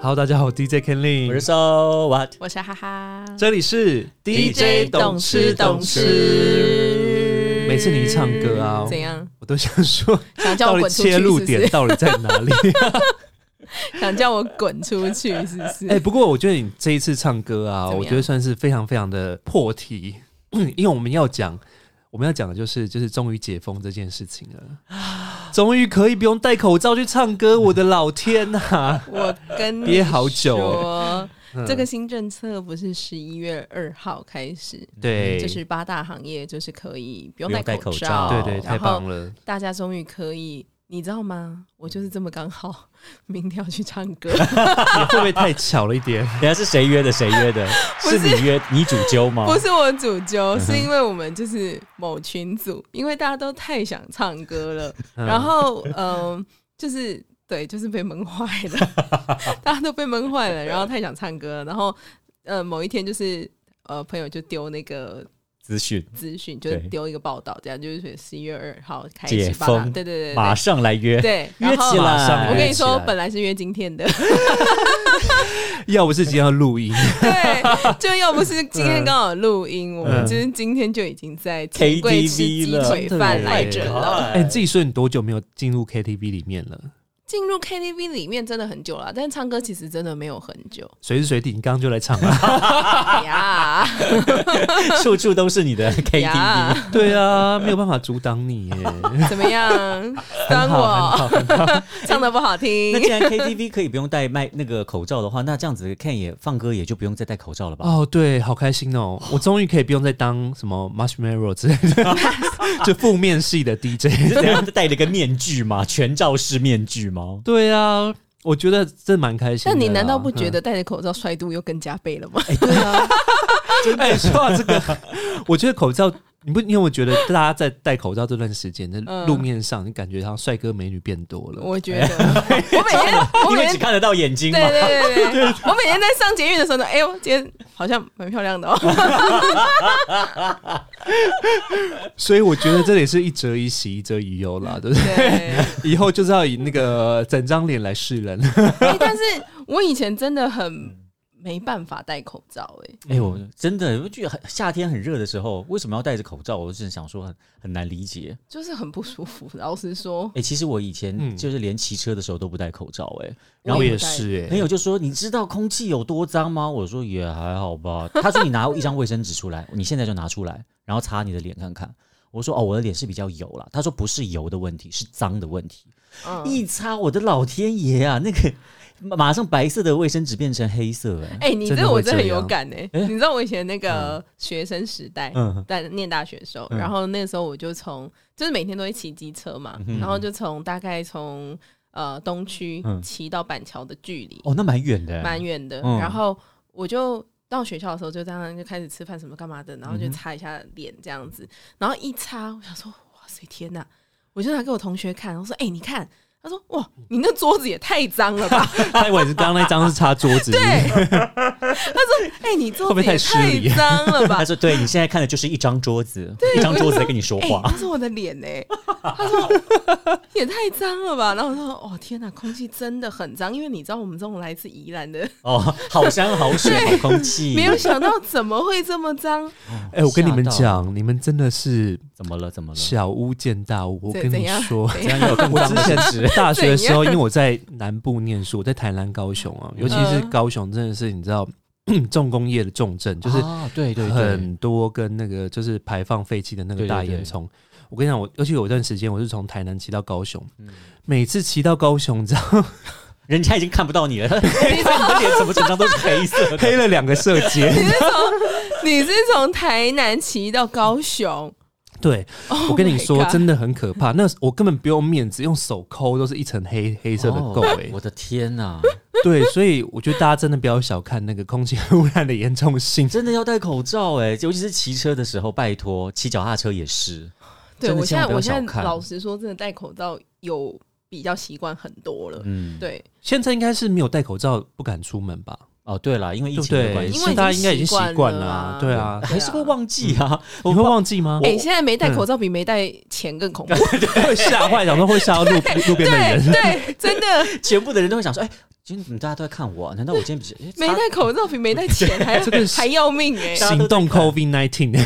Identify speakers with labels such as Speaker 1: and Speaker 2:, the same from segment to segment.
Speaker 1: Hello，大家好，我 DJ Ken
Speaker 2: 我
Speaker 1: Lin，
Speaker 2: 是 So What，
Speaker 3: 我是哈哈，
Speaker 1: 这里是
Speaker 2: DJ 懂吃懂吃
Speaker 1: 每次你一唱歌啊，
Speaker 3: 怎样？
Speaker 1: 我都想说，
Speaker 3: 想 叫
Speaker 1: 到
Speaker 3: 我
Speaker 1: 底
Speaker 3: 滚出去
Speaker 1: 切
Speaker 3: 是
Speaker 1: 入
Speaker 3: 不
Speaker 1: 点
Speaker 3: 是？
Speaker 1: 到底在哪 里？
Speaker 3: 想叫我滚出去是不是？
Speaker 1: 哎、不过我觉得你这一次唱歌啊，
Speaker 3: 怎么样
Speaker 1: 我觉得算是非常非常的破题， 因为我们要讲，我们要讲的就是就是终于解封这件事情了， 终于可以不用戴口罩去唱歌，我的老天啊呐、
Speaker 3: 我跟你
Speaker 1: 憋好久
Speaker 3: 说，
Speaker 1: 嗯
Speaker 3: 这个新政策不是十一月二号开始，
Speaker 1: 对，
Speaker 3: 嗯就是八大行业就是可以不
Speaker 2: 不
Speaker 3: 用
Speaker 2: 用戴
Speaker 3: 戴
Speaker 2: 口
Speaker 3: 口
Speaker 2: 罩
Speaker 3: 罩，
Speaker 1: 对对，
Speaker 3: 然
Speaker 1: 太
Speaker 3: 后
Speaker 1: 棒了，
Speaker 3: 大家终于可以。你知道吗？我就是这么刚好，明天要去唱歌，
Speaker 1: 你会不会太巧了一点？
Speaker 2: 人家是谁约的？谁约的？
Speaker 3: 不是
Speaker 2: 是你约你主揪吗？
Speaker 3: 不是我主揪，
Speaker 2: 哦嗯哼
Speaker 3: 是因为我们就是某群组，因为大家都太想唱歌了，
Speaker 1: 嗯
Speaker 3: 然后嗯、呃就是对，就是被闷坏了， 大家都被闷坏了，然后太想唱歌了，然后呃某一天就是呃朋友就丢那个
Speaker 2: 资讯，
Speaker 3: 资讯，就是
Speaker 2: 对
Speaker 3: 丢一个报道，这样就是十一月二号开始
Speaker 2: 解
Speaker 3: 发达
Speaker 2: 封
Speaker 3: 对对对
Speaker 2: 马
Speaker 3: 对
Speaker 2: 上来约，
Speaker 3: 对，
Speaker 2: 约
Speaker 3: 然后
Speaker 2: 起
Speaker 1: 马上
Speaker 2: 来。
Speaker 1: 约
Speaker 3: 我跟你
Speaker 1: 起
Speaker 3: 说
Speaker 1: 来，
Speaker 3: 本来是约今天的，
Speaker 1: 嗯要不是今天要录音，
Speaker 3: 对，就要不是今天刚好录音，我们
Speaker 1: 嗯
Speaker 3: 就是今天就已经在
Speaker 2: KTV
Speaker 3: 钱柜吃鸡
Speaker 2: 了
Speaker 3: 腿饭来着了。
Speaker 1: 哎、你自己说你多久没有进入 KTV 里面了？
Speaker 3: 进入 KTV 里面真的很久了，但唱歌其实真的没有很久
Speaker 1: 随时随地，你刚刚就来唱啊了。
Speaker 3: 哎呀。
Speaker 2: 处处都是你的 KTV，
Speaker 3: 呀，
Speaker 1: 对啊，没有办法阻挡 你耶，
Speaker 3: 怎么样？
Speaker 1: 很
Speaker 3: 当
Speaker 1: 好，很
Speaker 3: 我
Speaker 1: 好，很好
Speaker 3: 唱的不好
Speaker 2: 那
Speaker 3: 听
Speaker 2: 既，然 KTV 可以不用戴麦那个口罩的话，那这样子看也放歌也就不用再戴口罩了吧？
Speaker 1: 哦，对，好开心哦！我终于可以不用再当什么 marshmallow 之类 的，就负面系的 DJ。
Speaker 2: 你是怎样戴了个面具 吗？全罩式面具吗？
Speaker 1: 对啊，我觉得这蛮开心的
Speaker 3: 那
Speaker 1: 啦。
Speaker 3: 你难道不觉
Speaker 1: 嗯？
Speaker 3: 得戴着口罩帅度又更加倍了吗？
Speaker 2: 哎，对啊，
Speaker 1: 哎、说到这个，我觉得口罩，你不，因为我觉得大家在戴口罩这段时间，在
Speaker 3: 嗯
Speaker 1: 路面上，你感觉好像帅哥美女变多了。
Speaker 3: 我觉得，我每天，我
Speaker 2: 因
Speaker 3: 每
Speaker 2: 为只
Speaker 3: 天，
Speaker 2: 看得到眼睛
Speaker 3: 对
Speaker 2: 嘛。
Speaker 3: 对对对，我每天在上捷运的时候呢，哎呦，今天好像蛮漂亮的哦。
Speaker 1: 所以我觉得这也是一折一喜，一折一忧啦，对不对？
Speaker 3: 对，
Speaker 1: 以后就是要以那个整张脸来示人。
Speaker 3: 哎但是我以前真的很没办法戴口罩，哎，
Speaker 2: 哎呦，真的，我觉得很夏天很热的时候，为什么要戴着口罩？我真的想说很很难理解。
Speaker 3: 就是很不舒服。老实说
Speaker 2: 哎、，其实我以前
Speaker 1: 嗯
Speaker 2: 就是连骑车的时候都不戴口罩、哎，
Speaker 3: 然后
Speaker 1: 我也是、
Speaker 2: 朋
Speaker 1: 哎，
Speaker 2: 友就说：“你知道空气有多脏吗？”我说：“也还好 吧。”他说：“你拿一张卫生纸出来，你现在就拿出来，然后擦你的脸看看。”我说：“哦，我的脸是比较油啦。”他说：“不是油的问题，是脏的问题。
Speaker 3: 嗯。
Speaker 2: 一擦，我的老天爷啊，那个马上白色的卫生纸变成黑色、哎、
Speaker 3: 哎、你
Speaker 1: 真的
Speaker 3: 这个我
Speaker 1: 会
Speaker 3: 真的
Speaker 1: 这
Speaker 3: 很有
Speaker 1: 样
Speaker 3: 感哎、你知道我以前那个学生时代，
Speaker 2: 嗯
Speaker 3: 在念大学的时候，
Speaker 2: 嗯
Speaker 3: 然后那时候我就从就是每天都会骑机车嘛，然后就从大概从呃东区
Speaker 2: 嗯
Speaker 3: 骑到板桥的距离
Speaker 2: 哦，那蛮远的、
Speaker 3: 蛮远的，
Speaker 2: 嗯
Speaker 3: 然后我就。到学校的时候就这样就开始吃饭什么干嘛的，然后
Speaker 1: 嗯
Speaker 3: 就擦一下脸这样子，然后一擦，我想说哇塞天呐，我就拿给我同学看，我说哎、你看，他说哇你那桌子也太脏了 吧，
Speaker 1: 蔡伟是刚刚那张是擦桌子，
Speaker 3: 对，他说哎、你桌
Speaker 1: 会不会
Speaker 3: 子
Speaker 1: 太
Speaker 3: 也
Speaker 1: 失
Speaker 3: 太
Speaker 1: 礼
Speaker 3: 脏了吧
Speaker 2: 他，说：“对你现在看的就是一张桌子，一张桌子在跟你说
Speaker 3: 哎、
Speaker 2: 话。
Speaker 3: 那是我的脸哎、他说 也太脏了吧。然后我说哦天哪，空气真的很脏，因为你知道我们这种来自宜兰的，
Speaker 2: 哦，好山好水好空气，
Speaker 3: 没有想到怎么会这么脏。
Speaker 1: 哎、我跟你们
Speaker 2: 吓到
Speaker 1: 讲，你们真的是
Speaker 2: 怎么了？怎么了？
Speaker 1: 小巫见大巫。我
Speaker 3: 怎
Speaker 1: 跟
Speaker 3: 怎
Speaker 1: 你
Speaker 3: 样
Speaker 1: 说，
Speaker 3: 怎
Speaker 2: 这样
Speaker 3: 样
Speaker 2: 有更
Speaker 1: 我
Speaker 2: 脏
Speaker 1: 之
Speaker 2: 的
Speaker 1: 前
Speaker 2: 事实
Speaker 1: 大学的时候，
Speaker 3: 怎样
Speaker 1: 因为我在南部念书，我在台南、高雄啊，尤其是
Speaker 3: 嗯
Speaker 1: 高雄，真的是你知道 重工业的重镇，就是
Speaker 2: 啊，对对对，
Speaker 1: 很多跟那个就是排放废气的那个
Speaker 2: 对对
Speaker 1: 大
Speaker 2: 对
Speaker 1: 烟囱。我跟你讲，我尤其有一段时间，我是从台南骑到高雄，每次骑到高雄，你知道
Speaker 2: 人家已经看不到你 了，你的脸怎么整张都是 黑色的？
Speaker 1: 黑了两个色 阶。
Speaker 3: 你是从台南骑到高 雄，
Speaker 1: 对，
Speaker 3: Oh
Speaker 1: 我跟你
Speaker 3: my
Speaker 1: 说，
Speaker 3: God
Speaker 1: 真的很可怕。那我根本不用面子，用手抠都是一层黑黑色的垢、
Speaker 2: 哦
Speaker 1: 哎、
Speaker 2: 我的天哪！
Speaker 1: 对，所以我觉得大家真的不要小看那个空气污染的严重性。
Speaker 2: 真的要戴口罩哎、尤其是骑车的时候，拜托，骑脚踏车也是。
Speaker 3: 对
Speaker 2: 真的
Speaker 3: 我
Speaker 2: 千
Speaker 3: 现在
Speaker 2: 万不要
Speaker 3: 我现
Speaker 2: 小
Speaker 3: 在
Speaker 2: 看
Speaker 3: 老实说，真的戴口罩有比较习惯很多了。
Speaker 2: 嗯，
Speaker 3: 对，
Speaker 1: 现在应该是没有戴口罩不敢出门吧？
Speaker 2: 哦，对了，因为疫
Speaker 1: 对不
Speaker 2: 情的
Speaker 1: 对？
Speaker 2: 关
Speaker 3: 因
Speaker 2: 系，
Speaker 3: 为已经
Speaker 1: 大家应该已经习惯
Speaker 3: 习惯了啊
Speaker 1: 对啊。
Speaker 2: 还是会忘记啊。
Speaker 1: 你会忘记吗？
Speaker 3: 哎、现在没戴
Speaker 1: 嗯
Speaker 3: 口罩比没戴钱更恐怖。
Speaker 1: 会吓坏，想说会吓到路路边的
Speaker 3: 对
Speaker 1: 人。
Speaker 3: 对，真的，
Speaker 2: 全部的人都会想说，哎、今天怎么大家都在看我啊、难道我今天比较、诶
Speaker 3: 没
Speaker 2: 擦
Speaker 3: 戴口罩比没戴钱还
Speaker 1: 这个是
Speaker 3: 还要命哎、
Speaker 2: 大家
Speaker 1: 行
Speaker 2: 都在
Speaker 1: 动 COVID nineteen，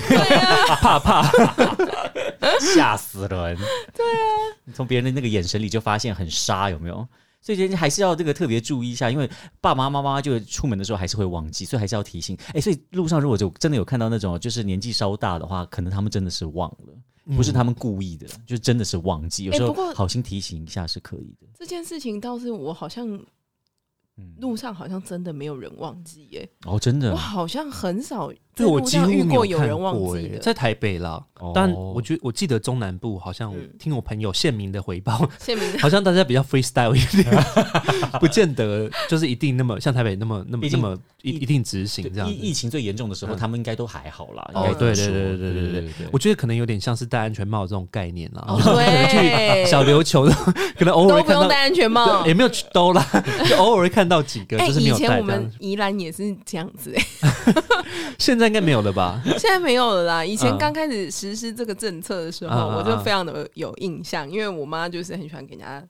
Speaker 2: 吓死人？对啊，你从别人的那个眼神里就发现很杀，有没有？所以今天还是要这个特别注意一下，因为爸妈妈妈就出门的时候还是会忘记，所以还是要提醒。哎，所以路上如果就真的有看到那种就是年纪稍大的话，可能他们真的是忘了，
Speaker 1: 嗯
Speaker 2: 不是他们故意的，就真的是忘记。有
Speaker 3: 哎
Speaker 2: 时候
Speaker 3: 不过
Speaker 2: 好心提醒一下是可以的。
Speaker 3: 这件事情倒是我好像
Speaker 2: 嗯，
Speaker 3: 路上好像真的没有人忘记耶、
Speaker 2: 哦，真的
Speaker 3: 我，好像很少
Speaker 1: 对
Speaker 3: 在
Speaker 1: 嗯我
Speaker 3: 路
Speaker 1: 几
Speaker 3: 上
Speaker 1: 乎
Speaker 3: 遇
Speaker 1: 没
Speaker 3: 过
Speaker 1: 有
Speaker 3: 有
Speaker 1: 看
Speaker 3: 人忘
Speaker 1: 过
Speaker 3: 记
Speaker 1: 欸
Speaker 3: 的。
Speaker 1: 在台北啦。
Speaker 2: 哦
Speaker 1: 但我
Speaker 2: 觉
Speaker 1: 觉我记得中南部好像我
Speaker 3: 嗯
Speaker 1: 听我朋友县民的回报，
Speaker 3: 谢明的
Speaker 1: 好像大家比较 freestyle 一点， 不见得就是一定那么像台北那么那么
Speaker 2: 毕
Speaker 1: 那
Speaker 2: 竟
Speaker 1: 么一
Speaker 2: 疫
Speaker 1: 一定执行这样
Speaker 2: 疫疫
Speaker 1: 子。
Speaker 2: 情最严重的时候，
Speaker 1: 嗯
Speaker 2: 他们应该都还好啦。
Speaker 3: 哦
Speaker 2: 应该这
Speaker 1: 对
Speaker 2: 么
Speaker 1: 对对
Speaker 2: 说
Speaker 1: 对对
Speaker 2: 对
Speaker 1: 对
Speaker 2: 对
Speaker 1: 我觉得可能有点像是戴安全帽这种概念啦。
Speaker 3: 哦
Speaker 1: 可能
Speaker 3: 对
Speaker 1: 去小琉球的， 可能偶尔
Speaker 3: 都
Speaker 1: 会
Speaker 3: 不
Speaker 1: 看
Speaker 3: 用
Speaker 1: 到
Speaker 3: 戴安全帽
Speaker 1: 对。也没有去兜啦，就偶尔会看到几个，
Speaker 3: 哎、
Speaker 1: 就是没
Speaker 3: 以
Speaker 1: 有
Speaker 3: 前
Speaker 1: 戴
Speaker 3: 我
Speaker 1: 这样
Speaker 3: 们。宜兰也是这样子、 哎，
Speaker 1: 现在应该没有了吧？
Speaker 3: 现在没有了啦。以前
Speaker 1: 嗯
Speaker 3: 刚开始实施这个政策的时候，
Speaker 1: 嗯嗯嗯
Speaker 3: 我就非常的有印象，因为我妈就是很喜欢给人家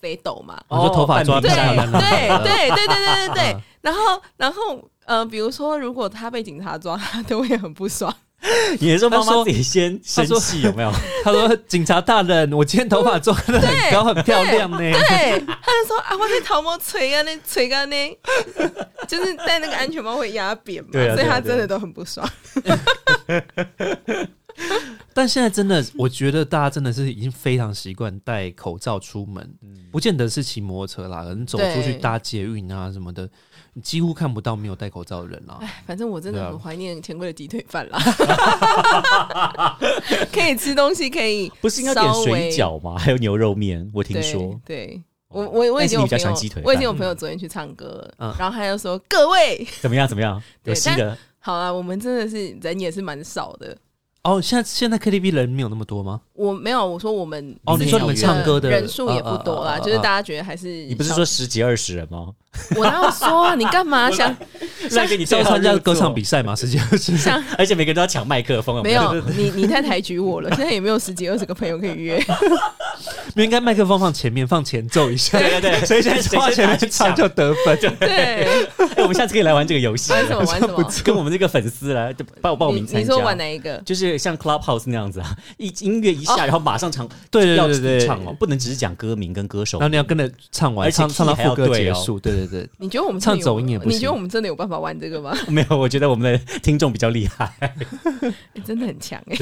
Speaker 3: 塞斗嘛，
Speaker 1: 我说头发抓
Speaker 2: 哦
Speaker 3: 对
Speaker 1: 漂
Speaker 3: 对
Speaker 1: 亮啊
Speaker 3: 对
Speaker 1: 的 那种，
Speaker 3: 对对对对对对
Speaker 1: 嗯。
Speaker 3: 然后然后呃，比如说如果他被警察抓，他都会很不爽。
Speaker 2: 你是说妈
Speaker 1: 他
Speaker 2: 妈
Speaker 1: 说
Speaker 2: 自己先生
Speaker 1: 说
Speaker 2: 气有没有？
Speaker 1: 他说：“警察大人，我今天头发抓的很高，很漂亮呢。”
Speaker 3: 对，他就说啊，我在头毛垂啊，那垂啊那，就是戴那个安全帽会压扁嘛，
Speaker 2: 对啊
Speaker 3: 所以
Speaker 2: 对啊
Speaker 3: 他
Speaker 2: 对啊
Speaker 3: 真的都很不爽。
Speaker 1: 但现在真的，我觉得大家真的是已经非常习惯戴口罩出门，不见得是骑摩托车啦，可能走出去
Speaker 3: 对
Speaker 1: 搭捷运啊什么的，你几乎看不到没有戴口罩的人啦。
Speaker 2: 哦
Speaker 3: 哎，反正我真
Speaker 1: 对
Speaker 3: 的
Speaker 1: 啊
Speaker 3: 很怀念钱柜的鸡腿饭啦， 可以吃东西，可以
Speaker 2: 不是应该点
Speaker 3: 稍微
Speaker 2: 水饺吗？还有牛肉面，我听说。哦
Speaker 3: 对。对我我我已
Speaker 2: 但是
Speaker 3: 经有
Speaker 2: 你比较
Speaker 3: 朋
Speaker 2: 喜
Speaker 3: 友
Speaker 2: 欢鸡腿，饭
Speaker 3: 我已经有朋友昨天去唱歌了，
Speaker 1: 嗯
Speaker 3: 然后他就说各位，
Speaker 2: 怎么样？怎么样？有
Speaker 3: 对
Speaker 2: 新的
Speaker 3: 好啦，我们真的是人也是蛮少的。
Speaker 1: 哦，现在现在 KTV 人没有那么多吗？
Speaker 3: 我没有，我说我们
Speaker 1: 哦
Speaker 3: 自己
Speaker 2: 你说你们
Speaker 1: 唱歌的
Speaker 3: 人数也不多
Speaker 2: 嗯
Speaker 1: 啊啊啊啊
Speaker 3: 啦，
Speaker 1: 啊
Speaker 3: 就是大家觉得还是
Speaker 2: 你不是说十几二十人吗？
Speaker 3: 我哪有说啊你 干嘛想
Speaker 2: 那给你
Speaker 1: 是要
Speaker 2: 对号
Speaker 1: 参加
Speaker 2: 入座
Speaker 1: 歌唱比，赛吗？实际上是
Speaker 3: 想
Speaker 2: 而且每个人都要抢麦克风，啊
Speaker 3: 没有？你你太抬举我了，现在也没有十几二十个朋友可 以约。
Speaker 1: 应该麦克风放前面，放前奏一下，
Speaker 2: 对对对
Speaker 1: 谁先
Speaker 2: 谁先
Speaker 1: 往前面唱就得分。
Speaker 3: 对，
Speaker 2: 哎我们下次可以来玩这个游 戏，
Speaker 3: 玩什么玩什么？
Speaker 2: 跟我们这个粉丝来就报报名
Speaker 3: 你
Speaker 2: 参
Speaker 3: 你说玩
Speaker 2: 加。
Speaker 3: 哪一个？哦
Speaker 2: 就是像 Clubhouse 那样子啊，一音乐一下，然后马上唱，
Speaker 1: 对对
Speaker 2: 要
Speaker 1: 对对对
Speaker 2: 唱哦，不能只是讲歌名跟歌手
Speaker 1: 然后。你要跟着唱完，
Speaker 2: 而且
Speaker 1: 唱
Speaker 2: key
Speaker 1: 唱到
Speaker 2: 还要
Speaker 1: 副歌
Speaker 2: 对
Speaker 1: 结
Speaker 2: 哦
Speaker 1: 束。对对对，
Speaker 3: 你觉得我们真的有
Speaker 1: 唱走音也不行
Speaker 3: 你觉得我们真的有办法玩这个吗？
Speaker 2: 没有，我觉得我们的听众比较厉害，
Speaker 3: 你 真的很强哎、